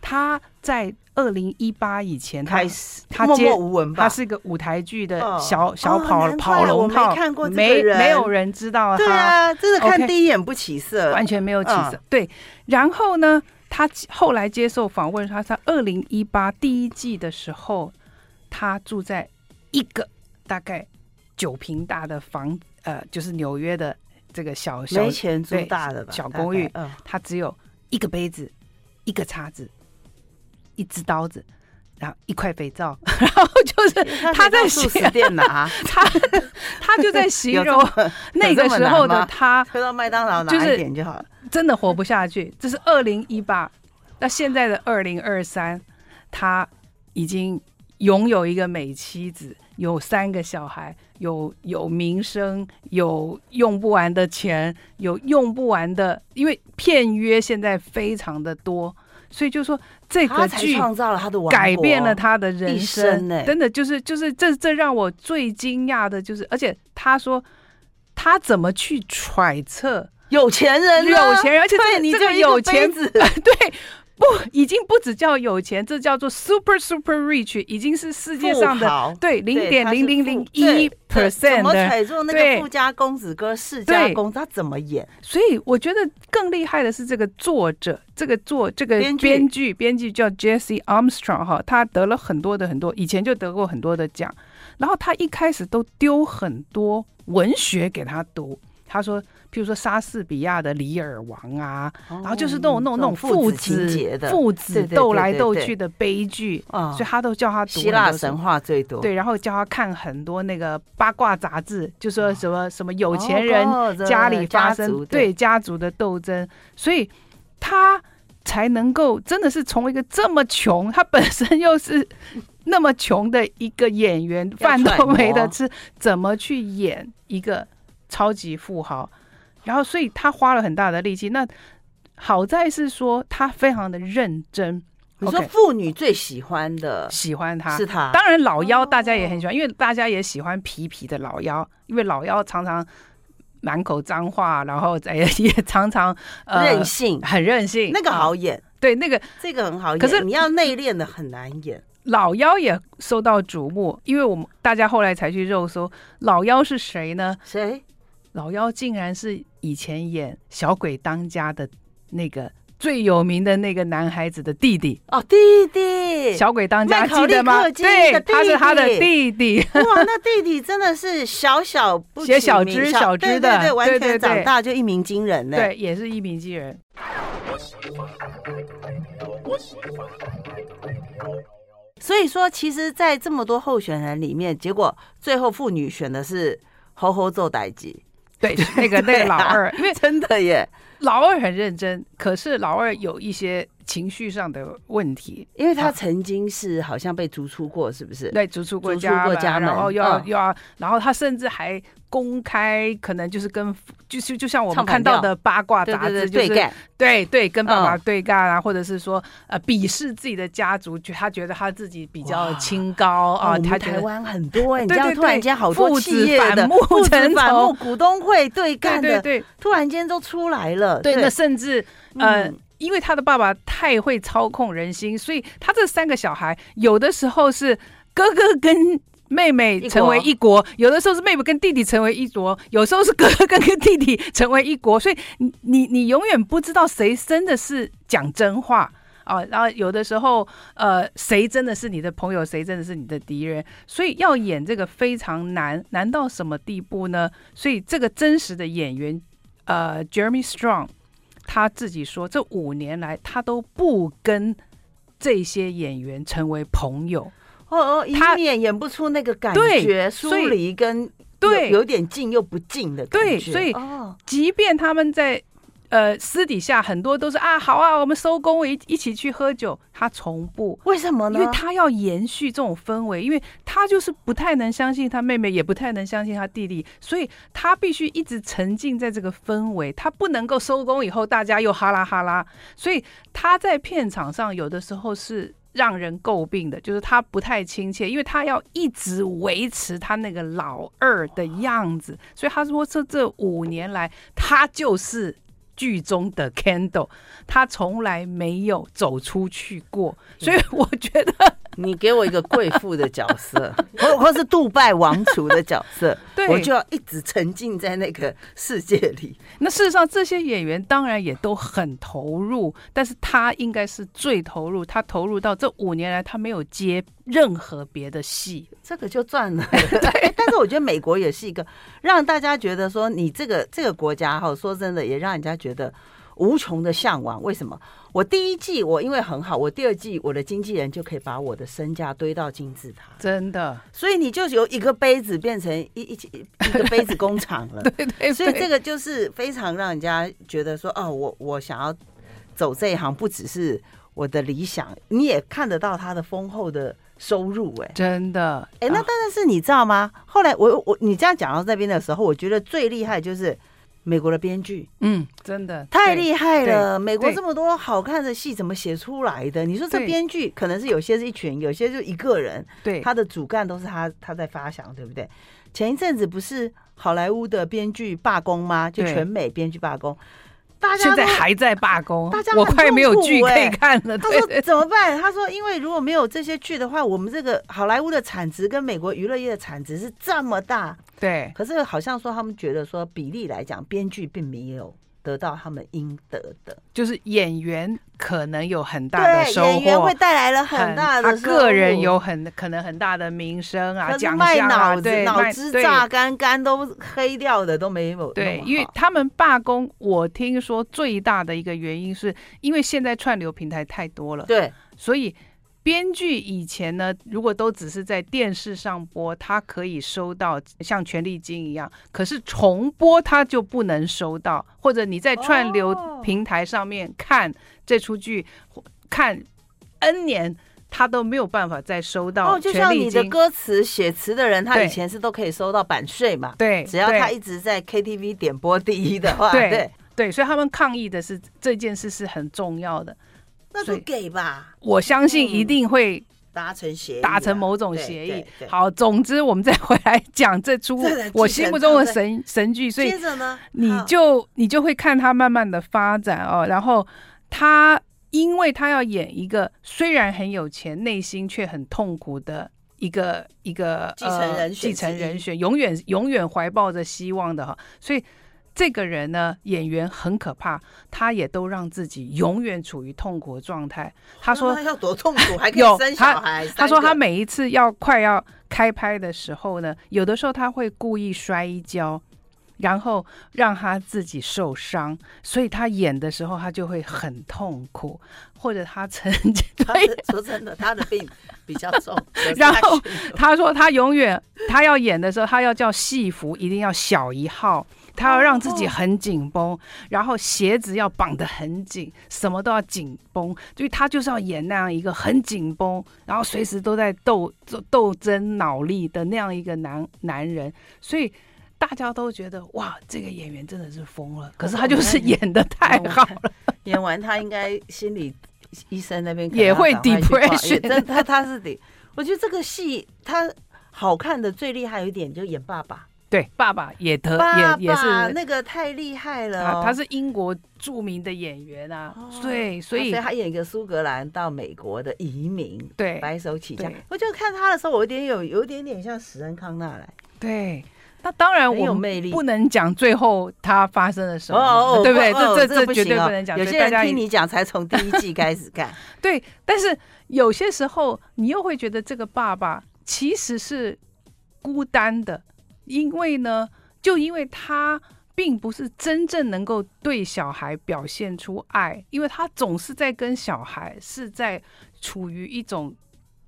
Speaker 2: 他在二零一八以前他
Speaker 1: 开始
Speaker 2: 他
Speaker 1: 默
Speaker 2: 接
Speaker 1: 默无闻吧
Speaker 2: 他。是一个舞台剧的
Speaker 1: 哦
Speaker 2: 小、小
Speaker 1: 哦
Speaker 2: 跑、
Speaker 1: 难怪
Speaker 2: 跑
Speaker 1: 我
Speaker 2: 龙
Speaker 1: 没
Speaker 2: 套，
Speaker 1: 看过这个
Speaker 2: 没
Speaker 1: 人
Speaker 2: 没有人知道他，
Speaker 1: 对啊，真的看
Speaker 2: OK
Speaker 1: 第一眼不起色，
Speaker 2: 完全没有起色。
Speaker 1: 嗯
Speaker 2: 对，然后呢，他后来接受访问，他在二零一八第一季的时候，他住在一个大概九平大的房，呃，就是纽约的这个小小
Speaker 1: 没，钱租
Speaker 2: 对
Speaker 1: 大的吧，
Speaker 2: 小
Speaker 1: 大
Speaker 2: 公寓
Speaker 1: 概嗯，
Speaker 2: 他只有一个杯子、一个叉子、一只刀子，然后一块肥皂， 然后就是
Speaker 1: 他
Speaker 2: 他在
Speaker 1: 素
Speaker 2: 写
Speaker 1: 食店 拿，
Speaker 2: 他他就在形
Speaker 1: 有这
Speaker 2: 容
Speaker 1: 么
Speaker 2: 那个
Speaker 1: 这么
Speaker 2: 时
Speaker 1: 难
Speaker 2: 候的
Speaker 1: 吗
Speaker 2: 他。
Speaker 1: 推到麦当劳拿
Speaker 2: 就是
Speaker 1: 一点就好了。
Speaker 2: 真的活不下去。这是二零一八，那现在的二零二三，他已经拥有一个美妻子，有三个小孩，有有名声，有用不完的钱，有用不完的，因为片约现在非常的多，所以就说这
Speaker 1: 他
Speaker 2: 个
Speaker 1: 才
Speaker 2: 剧
Speaker 1: 创造了他的王国
Speaker 2: 改变了他的人
Speaker 1: 一
Speaker 2: 生
Speaker 1: 生，欸
Speaker 2: 真的就是就是这这让我最惊讶的就是，而且他说他怎么去揣测
Speaker 1: 有钱人啊，
Speaker 2: 有钱人而且这
Speaker 1: 对
Speaker 2: 个
Speaker 1: 你
Speaker 2: 这个
Speaker 1: 就一
Speaker 2: 有
Speaker 1: 杯
Speaker 2: 钱
Speaker 1: 子，
Speaker 2: 对，不，已经不只叫有钱，这叫做 super super rich，已经是世界上
Speaker 1: 富
Speaker 2: 的
Speaker 1: 豪
Speaker 2: 对零点零零零一
Speaker 1: 对怎
Speaker 2: percent
Speaker 1: 么
Speaker 2: 的。
Speaker 1: 揣度那
Speaker 2: 对
Speaker 1: 个富家公子哥、世家公子，他怎么演？
Speaker 2: 所以我觉得更厉害的是这个作者，这个作这个
Speaker 1: 编剧
Speaker 2: 编剧编剧叫 Jesse Armstrong 哈，他得了很多的很多，以前就得过很多的奖，然后他一开始都丢很多文学给他读。他说，譬如说莎士比亚的《里尔王》啊，
Speaker 1: 然
Speaker 2: 然后就是那种那种那种
Speaker 1: 嗯父
Speaker 2: 父
Speaker 1: 子情节的
Speaker 2: 父
Speaker 1: 对
Speaker 2: 子
Speaker 1: 对对
Speaker 2: 斗来
Speaker 1: 对
Speaker 2: 斗
Speaker 1: 对
Speaker 2: 去的悲剧，
Speaker 1: 啊
Speaker 2: 所以，他都叫他读
Speaker 1: 希腊
Speaker 2: 很多
Speaker 1: 神
Speaker 2: 书。
Speaker 1: 话最多，
Speaker 2: 对，然后叫他看很多那个八卦杂志，就说什么什么有
Speaker 1: 哦，
Speaker 2: 钱人
Speaker 1: 哦
Speaker 2: 家里发
Speaker 1: 家
Speaker 2: 生
Speaker 1: 族
Speaker 2: 对家族的斗争，所以他才能够真的是从一个这么穷，他本身又是那么穷的一个演员，
Speaker 1: 要
Speaker 2: 饭都
Speaker 1: 揣摩
Speaker 2: 没得吃，怎么去演一个超级富豪？然后，所以他花了很大的力气。那好在是说他非常的认真，
Speaker 1: 你说
Speaker 2: OK
Speaker 1: 妇女最喜欢的
Speaker 2: 喜欢他，
Speaker 1: 是他，
Speaker 2: 当然老
Speaker 1: 哦
Speaker 2: 妖大家也很喜欢，因为大家也喜欢皮皮的老妖，因为老妖常常满口脏话，然后也也常常呃
Speaker 1: 任性，
Speaker 2: 很任性。
Speaker 1: 那个
Speaker 2: 啊
Speaker 1: 好演，
Speaker 2: 对那个
Speaker 1: 这个很好演，
Speaker 2: 可是
Speaker 1: 你要内敛的很难演，
Speaker 2: 老妖也受到瞩目，因为我们大家后来才去肉搜老妖是谁呢？
Speaker 1: 谁？
Speaker 2: 老妖竟然是以前演《小鬼当家》的那个最有名的那个男孩子的弟弟，
Speaker 1: 哦，弟弟，
Speaker 2: 小鬼当家，
Speaker 1: 麦考
Speaker 2: 记
Speaker 1: 利
Speaker 2: 得吗？
Speaker 1: 克基
Speaker 2: 对
Speaker 1: 的，
Speaker 2: 他是他的弟
Speaker 1: 弟
Speaker 2: 弟。
Speaker 1: 哇，那弟弟真的是小小不
Speaker 2: 写
Speaker 1: 起
Speaker 2: 小
Speaker 1: 名
Speaker 2: 只小只
Speaker 1: 对
Speaker 2: 的
Speaker 1: 对对，完
Speaker 2: 对对
Speaker 1: 全长
Speaker 2: 对
Speaker 1: 大就一鸣惊人呢。
Speaker 2: 对，也是一鸣惊人。
Speaker 1: 所以说，其实，在这么多候选人里面，结果最后妇女选的是猴猴揍歹吉，
Speaker 2: 对，那个那
Speaker 1: 对
Speaker 2: 个
Speaker 1: 啊
Speaker 2: 老二，因为
Speaker 1: 真的耶！
Speaker 2: 老二很认真，可是老二有一些情绪上的问题，
Speaker 1: 因为
Speaker 2: 啊
Speaker 1: 他曾经是好像被逐出过，是不是？
Speaker 2: 对，逐出过
Speaker 1: 逐出
Speaker 2: 家
Speaker 1: 过
Speaker 2: 门，
Speaker 1: 家
Speaker 2: 然
Speaker 1: 门
Speaker 2: 后又要、
Speaker 1: 嗯
Speaker 2: 又要，然后他甚至还公开，可能就是跟就是就像我们
Speaker 1: 唱反
Speaker 2: 看到
Speaker 1: 调
Speaker 2: 的八卦
Speaker 1: 对
Speaker 2: 杂
Speaker 1: 对对，
Speaker 2: 志，就是
Speaker 1: 对干，
Speaker 2: 对对跟爸爸
Speaker 1: 嗯
Speaker 2: 对干啊，或者是说呃鄙视自己的家族，就他觉得他自己比较
Speaker 1: 哇
Speaker 2: 清高啊，
Speaker 1: 哦我
Speaker 2: 他
Speaker 1: 们
Speaker 2: 觉
Speaker 1: 台
Speaker 2: 得
Speaker 1: 湾很多哎，你
Speaker 2: 对
Speaker 1: 知道
Speaker 2: 对
Speaker 1: 突然
Speaker 2: 对
Speaker 1: 间好
Speaker 2: 父
Speaker 1: 多
Speaker 2: 子
Speaker 1: 企业的
Speaker 2: 反目
Speaker 1: 父子
Speaker 2: 成
Speaker 1: 反目
Speaker 2: 仇
Speaker 1: 股东会对
Speaker 2: 对
Speaker 1: 干
Speaker 2: 对
Speaker 1: 的，
Speaker 2: 对
Speaker 1: 突然间都出来了。
Speaker 2: 对，那甚至呃。
Speaker 1: 嗯
Speaker 2: 因为他的爸爸太会操控人心，所以他这三个小孩有的时候是哥哥跟妹妹
Speaker 1: 一
Speaker 2: 成为
Speaker 1: 国
Speaker 2: 一国，有的时候是妹妹跟弟弟成为一国，有时候是哥哥跟跟弟弟成为一国，所以你你你永远不知道谁真的是讲真话。啊，然后有的时候，呃，谁真的是你的朋友，谁真的是你的敌人，所以要演这个非常难，难到什么地步呢？所以这个真实的演员，呃，Jeremy Strong，他自己说，这五年来他都不跟这些演员成为朋友，
Speaker 1: 哦哦，以
Speaker 2: 他
Speaker 1: 免演不出那个感
Speaker 2: 对
Speaker 1: 觉疏
Speaker 2: 所以
Speaker 1: 离跟
Speaker 2: 对
Speaker 1: 有有点近又不近的感
Speaker 2: 对
Speaker 1: 觉。
Speaker 2: 所以
Speaker 1: 哦，
Speaker 2: 即便他们在呃私底下很多都是啊，好啊，我们收工，我一一起去喝酒，他从不。
Speaker 1: 为什么
Speaker 2: 因
Speaker 1: 呢？
Speaker 2: 为他要延续这种氛围，因为他就是不太能相信他妹妹，也不太能相信他弟弟，所以他必须一直沉浸在这个氛围，他不能够收工以后大家又哈拉哈拉，所以他在片场上有的时候是。让人诟病的就是他不太亲切，因为他要一直维持他那个老二的样子，所以他说这这五年来，他就是剧中的 Candle，他从来没有走出去过，所以我觉得，
Speaker 1: 你给我一个贵妇的角 色，或或是杜拜王储的角 色
Speaker 2: 对
Speaker 1: 我就要一直沉浸在那个世界里。
Speaker 2: 那事实上，这些演员当然也都很投入，但是他应该是最投入。他投入到这五年来，他没有接任何别的戏。
Speaker 1: 这个就赚了。 对，但是我觉得美国也是一个让大家觉得说，你这个这个国家哈，说真的，也让人家觉得无穷的向往。为什么？我第一季我因为很好，我第二季我的经纪人就可以把我的身价堆到金字塔，
Speaker 2: 真的，
Speaker 1: 所以你就由一个杯子变成一一一一个杯子工厂了。
Speaker 2: 对对
Speaker 1: 所以这
Speaker 2: 个
Speaker 1: 个就是非常让人家觉得说，哦，我我想要走这一行，不只是我的理想，你也看得到他的丰厚的收入、哎。
Speaker 2: 真的，
Speaker 1: 哎、那
Speaker 2: 啊
Speaker 1: 但是你知道吗？后来我我你这样讲到这边的时候，我觉得最厉害就是美国的编剧
Speaker 2: 嗯，真的
Speaker 1: 太厉害了。美国
Speaker 2: 对
Speaker 1: 这么多好看的戏怎么写出来的？你说这
Speaker 2: 对
Speaker 1: 编剧可能是有些是一群，有些就一个人，
Speaker 2: 对，
Speaker 1: 他的主干都是他他在发想，对不对？前一阵子不是好莱坞的编剧罢工吗？就
Speaker 2: 对
Speaker 1: 全美编剧罢工，大家
Speaker 2: 现在
Speaker 1: 都
Speaker 2: 还在罢工，
Speaker 1: 大家
Speaker 2: 我
Speaker 1: 很
Speaker 2: 快没有
Speaker 1: 痛苦
Speaker 2: 剧可以
Speaker 1: 欸
Speaker 2: 看了。
Speaker 1: 他
Speaker 2: 对对
Speaker 1: 说怎么办？他说，因为如果没有这些剧的话，我们这个好莱坞的产值跟美国娱乐业的产值是这么大，
Speaker 2: 对
Speaker 1: 可是好像说他们觉得说比例来讲，编剧并没有得到他们应得的。
Speaker 2: 就是演员可能有很大的
Speaker 1: 对，
Speaker 2: 收
Speaker 1: 演员
Speaker 2: 获
Speaker 1: 会，带来了很大的
Speaker 2: 他
Speaker 1: 收入
Speaker 2: 个人。有很可能很大的名声啊，
Speaker 1: 可是
Speaker 2: 奖
Speaker 1: 卖
Speaker 2: 项啊，
Speaker 1: 脑子、
Speaker 2: 对，
Speaker 1: 脑
Speaker 2: 卖
Speaker 1: 汁
Speaker 2: 对
Speaker 1: 榨干、肝都黑掉的都没有弄好。
Speaker 2: 对，因为他们罢工，我听说最大的一个原因是因为现在串流平台太多了，
Speaker 1: 对
Speaker 2: 所以编剧以前呢，如果都只是在电视上播，他可以收到像权利金一样，可是重播他就不能收到，或者你在串流
Speaker 1: 哦
Speaker 2: 平台上面看这出剧，或看 N 年。他都没有办法再收到
Speaker 1: 哦，就
Speaker 2: 权
Speaker 1: 像
Speaker 2: 利
Speaker 1: 你
Speaker 2: 金，
Speaker 1: 的歌词写词的人，他
Speaker 2: 对
Speaker 1: 以前是都可以收到版税嘛。
Speaker 2: 对，
Speaker 1: 只要
Speaker 2: 对
Speaker 1: 他一直在 KTV 点播第一的话，
Speaker 2: 对
Speaker 1: 对，
Speaker 2: 对，所以他们抗议的是这件事是很重要的。
Speaker 1: 那
Speaker 2: 所
Speaker 1: 就
Speaker 2: 以
Speaker 1: 给吧，
Speaker 2: 我相信一
Speaker 1: 嗯
Speaker 2: 定会
Speaker 1: 达成协议啊，
Speaker 2: 达成某种
Speaker 1: 对
Speaker 2: 协议
Speaker 1: 对。对
Speaker 2: 好，总之我们再回来讲这出
Speaker 1: 再来
Speaker 2: 我
Speaker 1: 继
Speaker 2: 心目
Speaker 1: 承
Speaker 2: 中的
Speaker 1: 它再
Speaker 2: 神神剧，所以
Speaker 1: 接着呢，
Speaker 2: 你
Speaker 1: 好
Speaker 2: 就你就会看它慢慢的发展哦。然后他因为他要演一个虽然很有钱，内心却很痛苦的。一个一个
Speaker 1: 继承人
Speaker 2: 呃、
Speaker 1: 选
Speaker 2: 继承
Speaker 1: 之一
Speaker 2: 人选，永远永远怀抱着希望的哈，所以这个人呢，演员很可怕，他也都让自己永远处于痛苦的状态。他说
Speaker 1: 那要多痛苦，还可
Speaker 2: 有
Speaker 1: 以生小孩。
Speaker 2: 他说他
Speaker 1: 每
Speaker 2: 每一次要快要开拍的时候呢，有的时候他会故意摔一跤，然后让他自己受伤，所以他演的时候他就会很痛苦，或者他曾经
Speaker 1: 他的说真的，他的病比较 重。可是
Speaker 2: 然后
Speaker 1: 他去
Speaker 2: 他说他永远他要演的时候，他要叫戏服一定要小一号，他要让自己很紧绷，然后鞋子要绑得很紧，什么都要紧绷，所以他就是要演那样一个很紧绷，然后随时都在斗斗斗争脑力的那样一个男男人，所以。大家都觉得哇，这个演员真的是疯了，可是他就是演的太好了，
Speaker 1: 演完，他应该心理医生那边可能
Speaker 2: 也会
Speaker 1: 要赶快去挂也
Speaker 2: depression
Speaker 1: 真他他是得，我觉得这个戏他好看的最厉害有一点就演爸爸，
Speaker 2: 对，爸爸也得
Speaker 1: 爸
Speaker 2: 呃也也是
Speaker 1: 爸那个太厉害了
Speaker 2: 他
Speaker 1: 哦。
Speaker 2: 他是英国著名的演员啊，
Speaker 1: 哦
Speaker 2: 对，所以
Speaker 1: 所以他演一个苏格兰到美国的移民，
Speaker 2: 对
Speaker 1: 白手起家
Speaker 2: 对。
Speaker 1: 我就看他的时候，我有点有有一点点像史恩康纳来。
Speaker 2: 对，那当然
Speaker 1: 很有
Speaker 2: 我们
Speaker 1: 魅力
Speaker 2: 不能讲最后它发生了什么嘛，对不对？
Speaker 1: 哦
Speaker 2: 这
Speaker 1: 这个
Speaker 2: 这
Speaker 1: 不
Speaker 2: 绝
Speaker 1: 行
Speaker 2: 对
Speaker 1: 哦
Speaker 2: 不能讲。
Speaker 1: 有
Speaker 2: 所以
Speaker 1: 些
Speaker 2: 大家
Speaker 1: 人听
Speaker 2: 也
Speaker 1: 你讲才从第一季开始看，
Speaker 2: 对，但是有些时候你又会觉得这个爸爸其实是孤单的，因为呢，就因为他。并不是真正能够对小孩表现出爱，因为他总是在跟小孩是在处于一种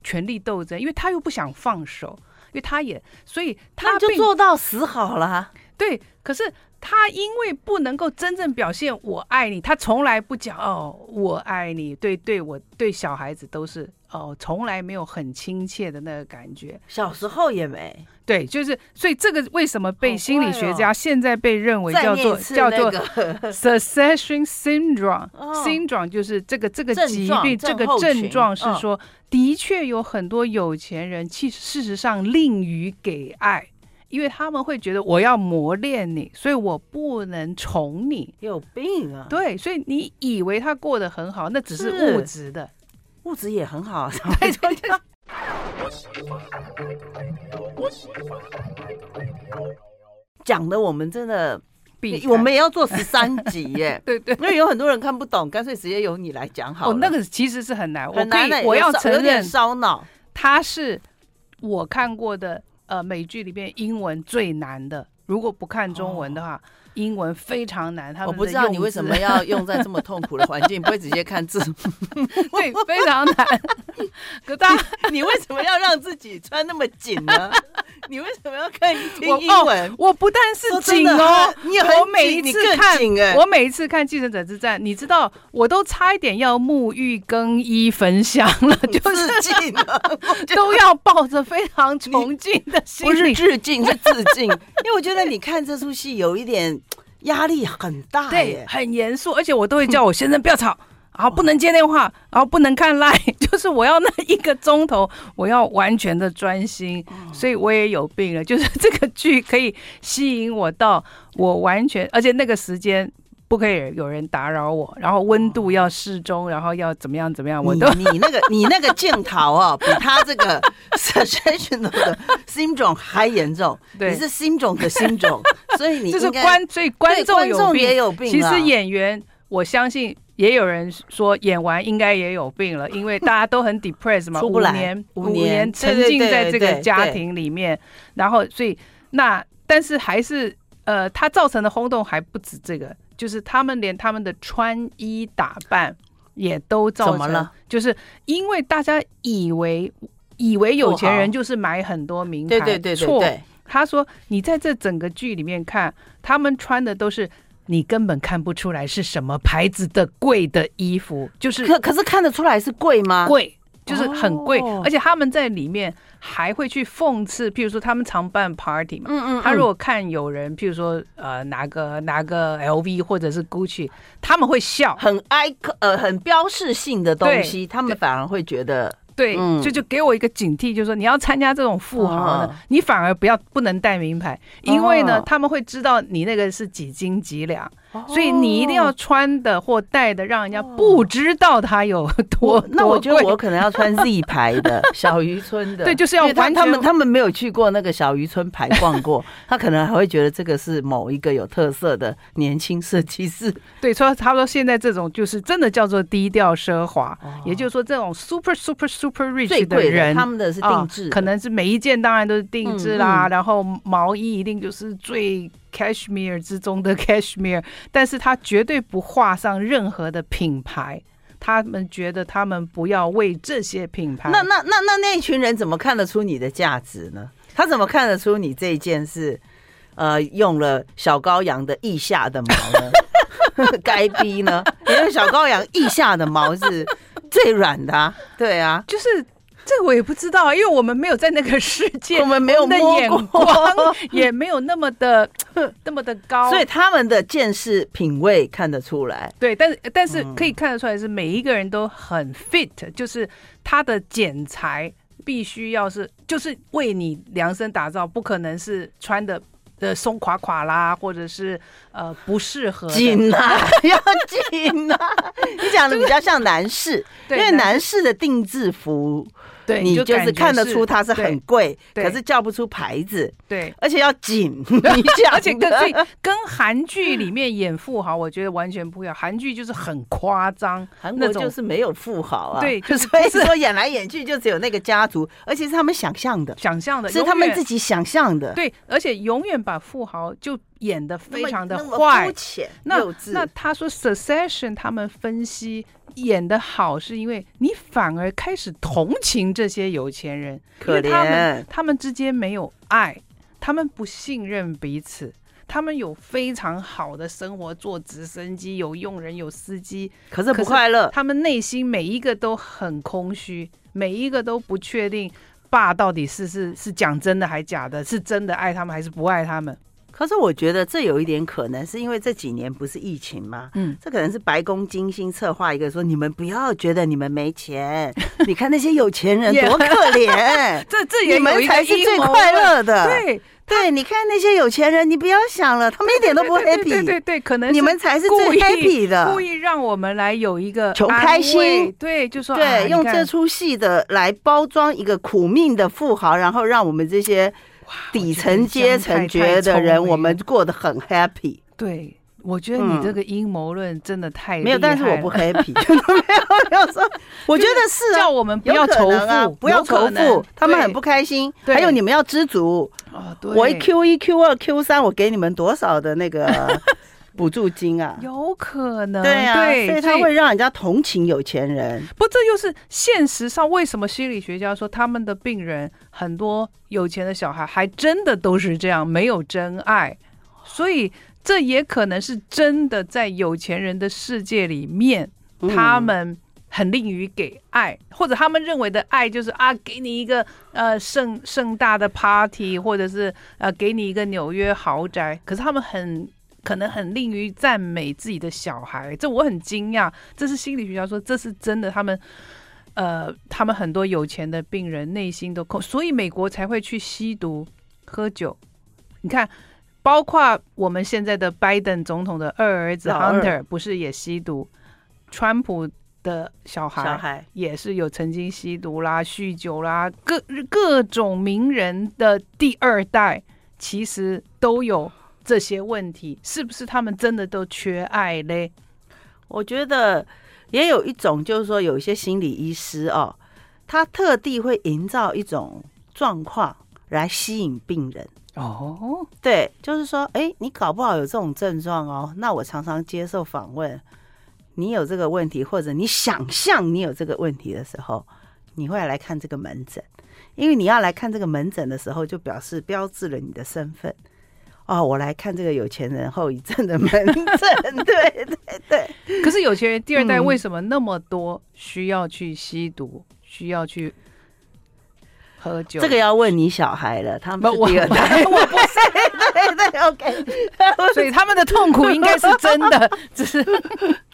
Speaker 2: 权力斗争，因为他又不想放手，因为他也所以他
Speaker 1: 那就
Speaker 2: 并
Speaker 1: 做到死好了。
Speaker 2: 对，可是他因为不能够真正表现我爱你，他从来不讲哦我爱你，对对我对小孩子都是哦从来没有很亲切的那个感觉。
Speaker 1: 小时候也没，
Speaker 2: 对，就是所以这个为什么被
Speaker 1: 好
Speaker 2: 心理
Speaker 1: 怪
Speaker 2: 学
Speaker 1: 哦
Speaker 2: 家现在被认为
Speaker 1: 再
Speaker 2: 叫
Speaker 1: 念
Speaker 2: 做
Speaker 1: 一次
Speaker 2: 叫
Speaker 1: 那
Speaker 2: 做
Speaker 1: 个
Speaker 2: secession syndrome，syndrome、
Speaker 1: 哦
Speaker 2: syndrome 就是这个这个
Speaker 1: 症
Speaker 2: 疾
Speaker 1: 状
Speaker 2: 病，
Speaker 1: 症
Speaker 2: 这个
Speaker 1: 候
Speaker 2: 症
Speaker 1: 群
Speaker 2: 状是
Speaker 1: 嗯
Speaker 2: 说，的确有很多有钱人，其实事实上吝于给爱，因为他们会觉得我要磨练你，所以我不能宠你。
Speaker 1: 有病啊，
Speaker 2: 对，所以你以为他过得很好，那只是
Speaker 1: 是
Speaker 2: 物质 的。
Speaker 1: 物质也很好， 讲的我们真的，
Speaker 2: 比，
Speaker 1: 我们也要做十三集耶
Speaker 2: 对对。
Speaker 1: 因为有很多人看不懂，干脆直接由你来讲好
Speaker 2: 哦
Speaker 1: 了。，
Speaker 2: 那个其实是很难，
Speaker 1: 很
Speaker 2: 我
Speaker 1: 难
Speaker 2: 可
Speaker 1: 的，
Speaker 2: 以我要
Speaker 1: 有
Speaker 2: 承
Speaker 1: 有点
Speaker 2: 认，
Speaker 1: 烧脑，
Speaker 2: 它是我看过的呃美剧里面英文最难的。如果不看中文的话，英文非常难。他
Speaker 1: 哦我
Speaker 2: 们
Speaker 1: 不
Speaker 2: 的
Speaker 1: 知道你
Speaker 2: 用
Speaker 1: 为什
Speaker 2: 字
Speaker 1: 么要用在这么痛苦的环境，不会直接看字幕。
Speaker 2: 对，非常难。可 大家，
Speaker 1: 你为什么要让自己穿那么紧呢？你为什么要看
Speaker 2: 我
Speaker 1: 听英文？
Speaker 2: 我不但是
Speaker 1: 说真
Speaker 2: 紧
Speaker 1: 的
Speaker 2: 哦，
Speaker 1: 你很
Speaker 2: 我
Speaker 1: 紧
Speaker 2: 每一
Speaker 1: 你
Speaker 2: 次
Speaker 1: 更
Speaker 2: 看
Speaker 1: 紧哎，
Speaker 2: 我每一次看《继承者之战》，你知道，我都差一点要沐浴更衣焚香 了，就
Speaker 1: 致
Speaker 2: 是
Speaker 1: 敬 啊，
Speaker 2: 都要抱着非常崇敬的心
Speaker 1: 不是
Speaker 2: 理。
Speaker 1: 致敬，是致敬。 因为我觉得你看这出戏有一点压力很大
Speaker 2: 对
Speaker 1: 耶，。
Speaker 2: 很严肃，而且我都会叫我先生不要 吵，然后不能接电话，然后不能看 line，就是 我要那一个钟头，我要完全的专心，
Speaker 1: 哦
Speaker 2: 所以我也有病了，就是这个剧可以吸引我到我完全，而且那个时间。不可以有人打扰我，然后温度
Speaker 1: 哦
Speaker 2: 要适中，然后要怎么样怎么样， 我
Speaker 1: 你
Speaker 2: 都
Speaker 1: 你那个你那个镜头啊， 比他这个 sensational 的 syndrome 还严重。
Speaker 2: 对
Speaker 1: 你是 syndrome 的 syndrome，所以你
Speaker 2: 就是
Speaker 1: 应该
Speaker 2: 观，所以观
Speaker 1: 对
Speaker 2: 众
Speaker 1: 观
Speaker 2: 有
Speaker 1: 众
Speaker 2: 病
Speaker 1: 也有病啊。
Speaker 2: 其实演员，我相信也有人说演完应该也有病了，因为大家都很 depressed 嘛，
Speaker 1: 出
Speaker 2: 五
Speaker 1: 不来
Speaker 2: 年
Speaker 1: 五
Speaker 2: 五
Speaker 1: 年
Speaker 2: 年
Speaker 1: 对
Speaker 2: 沉
Speaker 1: 对
Speaker 2: 浸
Speaker 1: 对
Speaker 2: 在这个
Speaker 1: 对
Speaker 2: 家
Speaker 1: 对
Speaker 2: 庭里面，然后所以那但是还是呃，它造成的轰动还不止这个，就是他们连他们的穿衣打扮也都造成
Speaker 1: 怎么了，
Speaker 2: 就是因为大家以为。以为有钱人就是买很多名牌，
Speaker 1: 对对对对
Speaker 2: 错
Speaker 1: 对，
Speaker 2: 他说：“你在这整个剧里面看，他们穿的都是你根本看不出来是什么牌子的贵的衣服，就是
Speaker 1: 可可是看得出来是贵吗？
Speaker 2: 贵，就是很贵。
Speaker 1: 哦
Speaker 2: 而且他们在里面还会去讽刺，譬如说他们常办 party 嘛，
Speaker 1: 嗯嗯，
Speaker 2: 他
Speaker 1: 嗯
Speaker 2: 如果看有人，譬如说呃拿个拿个 LV 或者是 Gucci，他们会笑，
Speaker 1: 很 icon 呃很标示性的东西，他们反而会觉得
Speaker 2: 对，
Speaker 1: 嗯
Speaker 2: 就就给我一个警惕，就是说你要参加这种富豪呢，
Speaker 1: 哦
Speaker 2: 你反而不要不能带名牌，因为呢，
Speaker 1: 哦
Speaker 2: 他们会知道你那个是几斤几两，所以你一定要
Speaker 3: 哦
Speaker 2: 穿的或戴的，让人家不知道它有
Speaker 1: 哦
Speaker 2: 多
Speaker 1: 我。那我觉得
Speaker 2: 多贵
Speaker 1: 我可能要穿 Z 牌 的小渔村的，
Speaker 2: 对就是要
Speaker 1: 因为他
Speaker 2: 完全
Speaker 1: 他们他们没有去过那个小渔村牌逛过，他可能还会觉得这个是某一个有特色的年轻设计师。
Speaker 2: 对，所以他说现在这种就是真的叫做低调奢华，
Speaker 1: 哦
Speaker 2: 也就是说这种 super super super
Speaker 1: 最
Speaker 2: rich
Speaker 1: 贵的
Speaker 2: 人。
Speaker 1: 他们的是
Speaker 2: 啊
Speaker 1: 定制的，
Speaker 2: 可能是每一件当然都是定制
Speaker 1: 嗯
Speaker 2: 啦，
Speaker 1: 嗯
Speaker 2: 然后毛衣一定就是最 cashmere 之中的 cashmere，但是他绝对不画上任何的品牌，他们觉得他们不要为这些品牌。
Speaker 1: 那那那那那一群人怎么看得出你的价值呢？他怎么看得出你这一件是呃用了小羔羊的腋下的毛呢？ 该逼呢？因为小羔羊腋下的毛是最软的、啊，对啊，
Speaker 2: 就是这我也不知道啊，因为我们没有在那个世界，
Speaker 1: 我们没有
Speaker 2: 我们的
Speaker 1: 摸
Speaker 2: 眼
Speaker 1: 过
Speaker 2: 光也没有那么的那么的高，
Speaker 1: 所以他们的见识品味看得出来。
Speaker 2: 对，但是但是
Speaker 1: 嗯
Speaker 2: 可以看得出来是每一个人都很 fit，就是他的剪裁必须要是就是为你量身打造，不可能是穿的。呃，松垮垮啦，或者是呃不适合的
Speaker 1: 紧啊，要紧啊！你讲的比较像男士，因
Speaker 2: 对
Speaker 1: 为
Speaker 2: 那
Speaker 1: 男士的定制服，
Speaker 2: 对
Speaker 1: 你就
Speaker 2: 感
Speaker 1: 是
Speaker 2: 觉
Speaker 1: 看得出它是很贵，
Speaker 2: 对
Speaker 1: 可是叫不出牌子，
Speaker 2: 对，
Speaker 1: 而且要 紧。你讲的，
Speaker 2: 而且跟所以跟韩剧里面演富豪，我觉得完全不一样。韩剧就是很夸张，
Speaker 1: 韩
Speaker 2: 那
Speaker 1: 国
Speaker 2: 种
Speaker 1: 就是没有富豪啊，
Speaker 2: 对就是
Speaker 1: 所以
Speaker 2: 不是
Speaker 1: 说演来演去就只有那个家族，而且是他们想象的，
Speaker 2: 想象的，
Speaker 1: 是他们自
Speaker 2: 己
Speaker 1: 己想象的，
Speaker 2: 对，而且永远把富豪就演的
Speaker 1: 那么，
Speaker 2: 非常的
Speaker 1: 那么
Speaker 2: 坏
Speaker 1: 肤，浅、
Speaker 2: 那
Speaker 1: 幼稚。
Speaker 2: 那他说《Succession》他们分析演的好，是因为你反而开始同情这些有钱人，
Speaker 1: 可
Speaker 2: 因为他
Speaker 1: 怜
Speaker 2: 们他们之间没有爱，他们不信任彼此。他们有非常好的生活，坐直升机，有佣人，有司机，
Speaker 1: 可是
Speaker 2: 可
Speaker 1: 不
Speaker 2: 是
Speaker 1: 快乐，
Speaker 2: 他们内心每一个都很空虚，每一个都不确定爸到底是是是讲真的还假的，是真的爱他们还是不爱他们？
Speaker 1: 可是我觉得这有一点可能是因为这几年不是疫情吗？
Speaker 2: 嗯，，
Speaker 1: 这可能是白宫精心策划一个说，你们不要觉得你们没钱，你看那些有钱人多可怜
Speaker 2: 这这 也
Speaker 1: 你
Speaker 2: 有
Speaker 1: 们
Speaker 2: 一个
Speaker 1: 才是
Speaker 2: 阴
Speaker 1: 最
Speaker 2: 谋
Speaker 1: 快
Speaker 2: 论。
Speaker 1: 乐的。
Speaker 2: 对，
Speaker 1: 对，你看那些有钱人，你不要想了，他们一点都不
Speaker 2: 对对对
Speaker 1: happy，
Speaker 2: 对对，可能
Speaker 1: 你
Speaker 2: 是
Speaker 1: 们才是
Speaker 2: 故
Speaker 1: 最
Speaker 2: 意
Speaker 1: happy 的
Speaker 2: 故。意让我们来有一个
Speaker 1: 求
Speaker 2: 安
Speaker 1: 开
Speaker 2: 慰
Speaker 1: 心
Speaker 2: 对，就说啊
Speaker 1: 对，
Speaker 2: 你
Speaker 1: 用
Speaker 2: 看
Speaker 1: 这出戏的来包装一个苦命的富豪，然后让我们这些
Speaker 2: 哇
Speaker 1: 底层阶
Speaker 2: 哦
Speaker 1: 层觉得人，我们过得很 happy。
Speaker 2: 我觉得你这
Speaker 1: 嗯
Speaker 2: 样太聪明了对。我觉得你这个阴谋论真的太
Speaker 1: 没有，
Speaker 2: 厉
Speaker 1: 但是
Speaker 2: 害
Speaker 1: 我
Speaker 2: 了
Speaker 1: 不 happy，没有没有 说，我觉得是啊
Speaker 2: 叫。我们不
Speaker 1: 有
Speaker 2: 要
Speaker 1: 可
Speaker 2: 仇
Speaker 1: 能啊
Speaker 2: 富，
Speaker 1: 不要
Speaker 2: 有可
Speaker 1: 仇富
Speaker 2: 能，
Speaker 1: 他们
Speaker 2: 对
Speaker 1: 很不开心。
Speaker 2: 对
Speaker 1: 还有你们要知足，
Speaker 2: 哦，对，
Speaker 1: 我一 Q 一 Q 二 Q 三，我给你们多少的那 个补助金啊？
Speaker 2: 有可能，
Speaker 1: 对啊，
Speaker 2: 对，
Speaker 1: 所以他会让人家同情有钱人。
Speaker 2: 不，这就是现实上为什么心理学家说他们的病人很多有钱的小孩还真的都是这样，没有真爱，所以这也可能是真的在有钱人的世界里面，
Speaker 1: 嗯
Speaker 2: 他们很吝于给爱，或者他们认为的爱就是啊，给你一个呃盛盛大的 party，或者是呃给你一个纽约豪宅，可是他们很。可能很吝于赞美自己的小孩，这我很惊讶。这是心理学家说，这是真的。他们，呃，他们很多有钱的病人内心都空，所以美国才会去吸毒、喝酒。你看，包括我们现在的拜登总统的二儿子
Speaker 1: 老二
Speaker 2: Hunter 不是也吸毒，川普的小孩
Speaker 1: 嗯小孩
Speaker 2: 也是有曾经吸毒啦、酗酒啦，各各种名人的第二代其实都有这些问题，是不是他们真的都缺爱嘞？
Speaker 1: 我觉得也有一种，就是说有一些心理医师哦，他特地会营造一种状况来吸引病人。
Speaker 2: 哦，
Speaker 1: 对，就是说，哎，你搞不好有这种症状哦。那我常常接受访问，你有这个问题，或者你想象你有这个问题的时候，你会来看这个门诊，因为你要来看这个门诊的时候，就表示标志了你的身份。哦，我来看这个有钱人后遗症的门诊，对 对对，
Speaker 2: 可是有钱人第二代
Speaker 1: 嗯
Speaker 2: 为什么那么多需要去吸毒，需要去喝酒？
Speaker 1: 这个要问你小孩了，他们
Speaker 2: 不，
Speaker 1: 是
Speaker 2: 我，
Speaker 1: 第二代
Speaker 2: 我不是，
Speaker 1: 对对，OK。
Speaker 2: 所以他们的痛苦应该是真 的，只是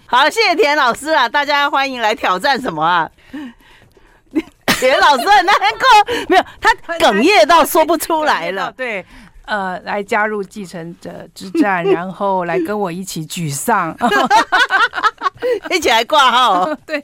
Speaker 1: 好，谢谢田老师啊！大家欢迎来挑战什么啊？ 田老师很难过，没有他哽咽到说不出来了。
Speaker 2: 对。呃来加入继承者之 战，然后来跟我一起沮丧。
Speaker 1: 一起来挂号。
Speaker 2: 对，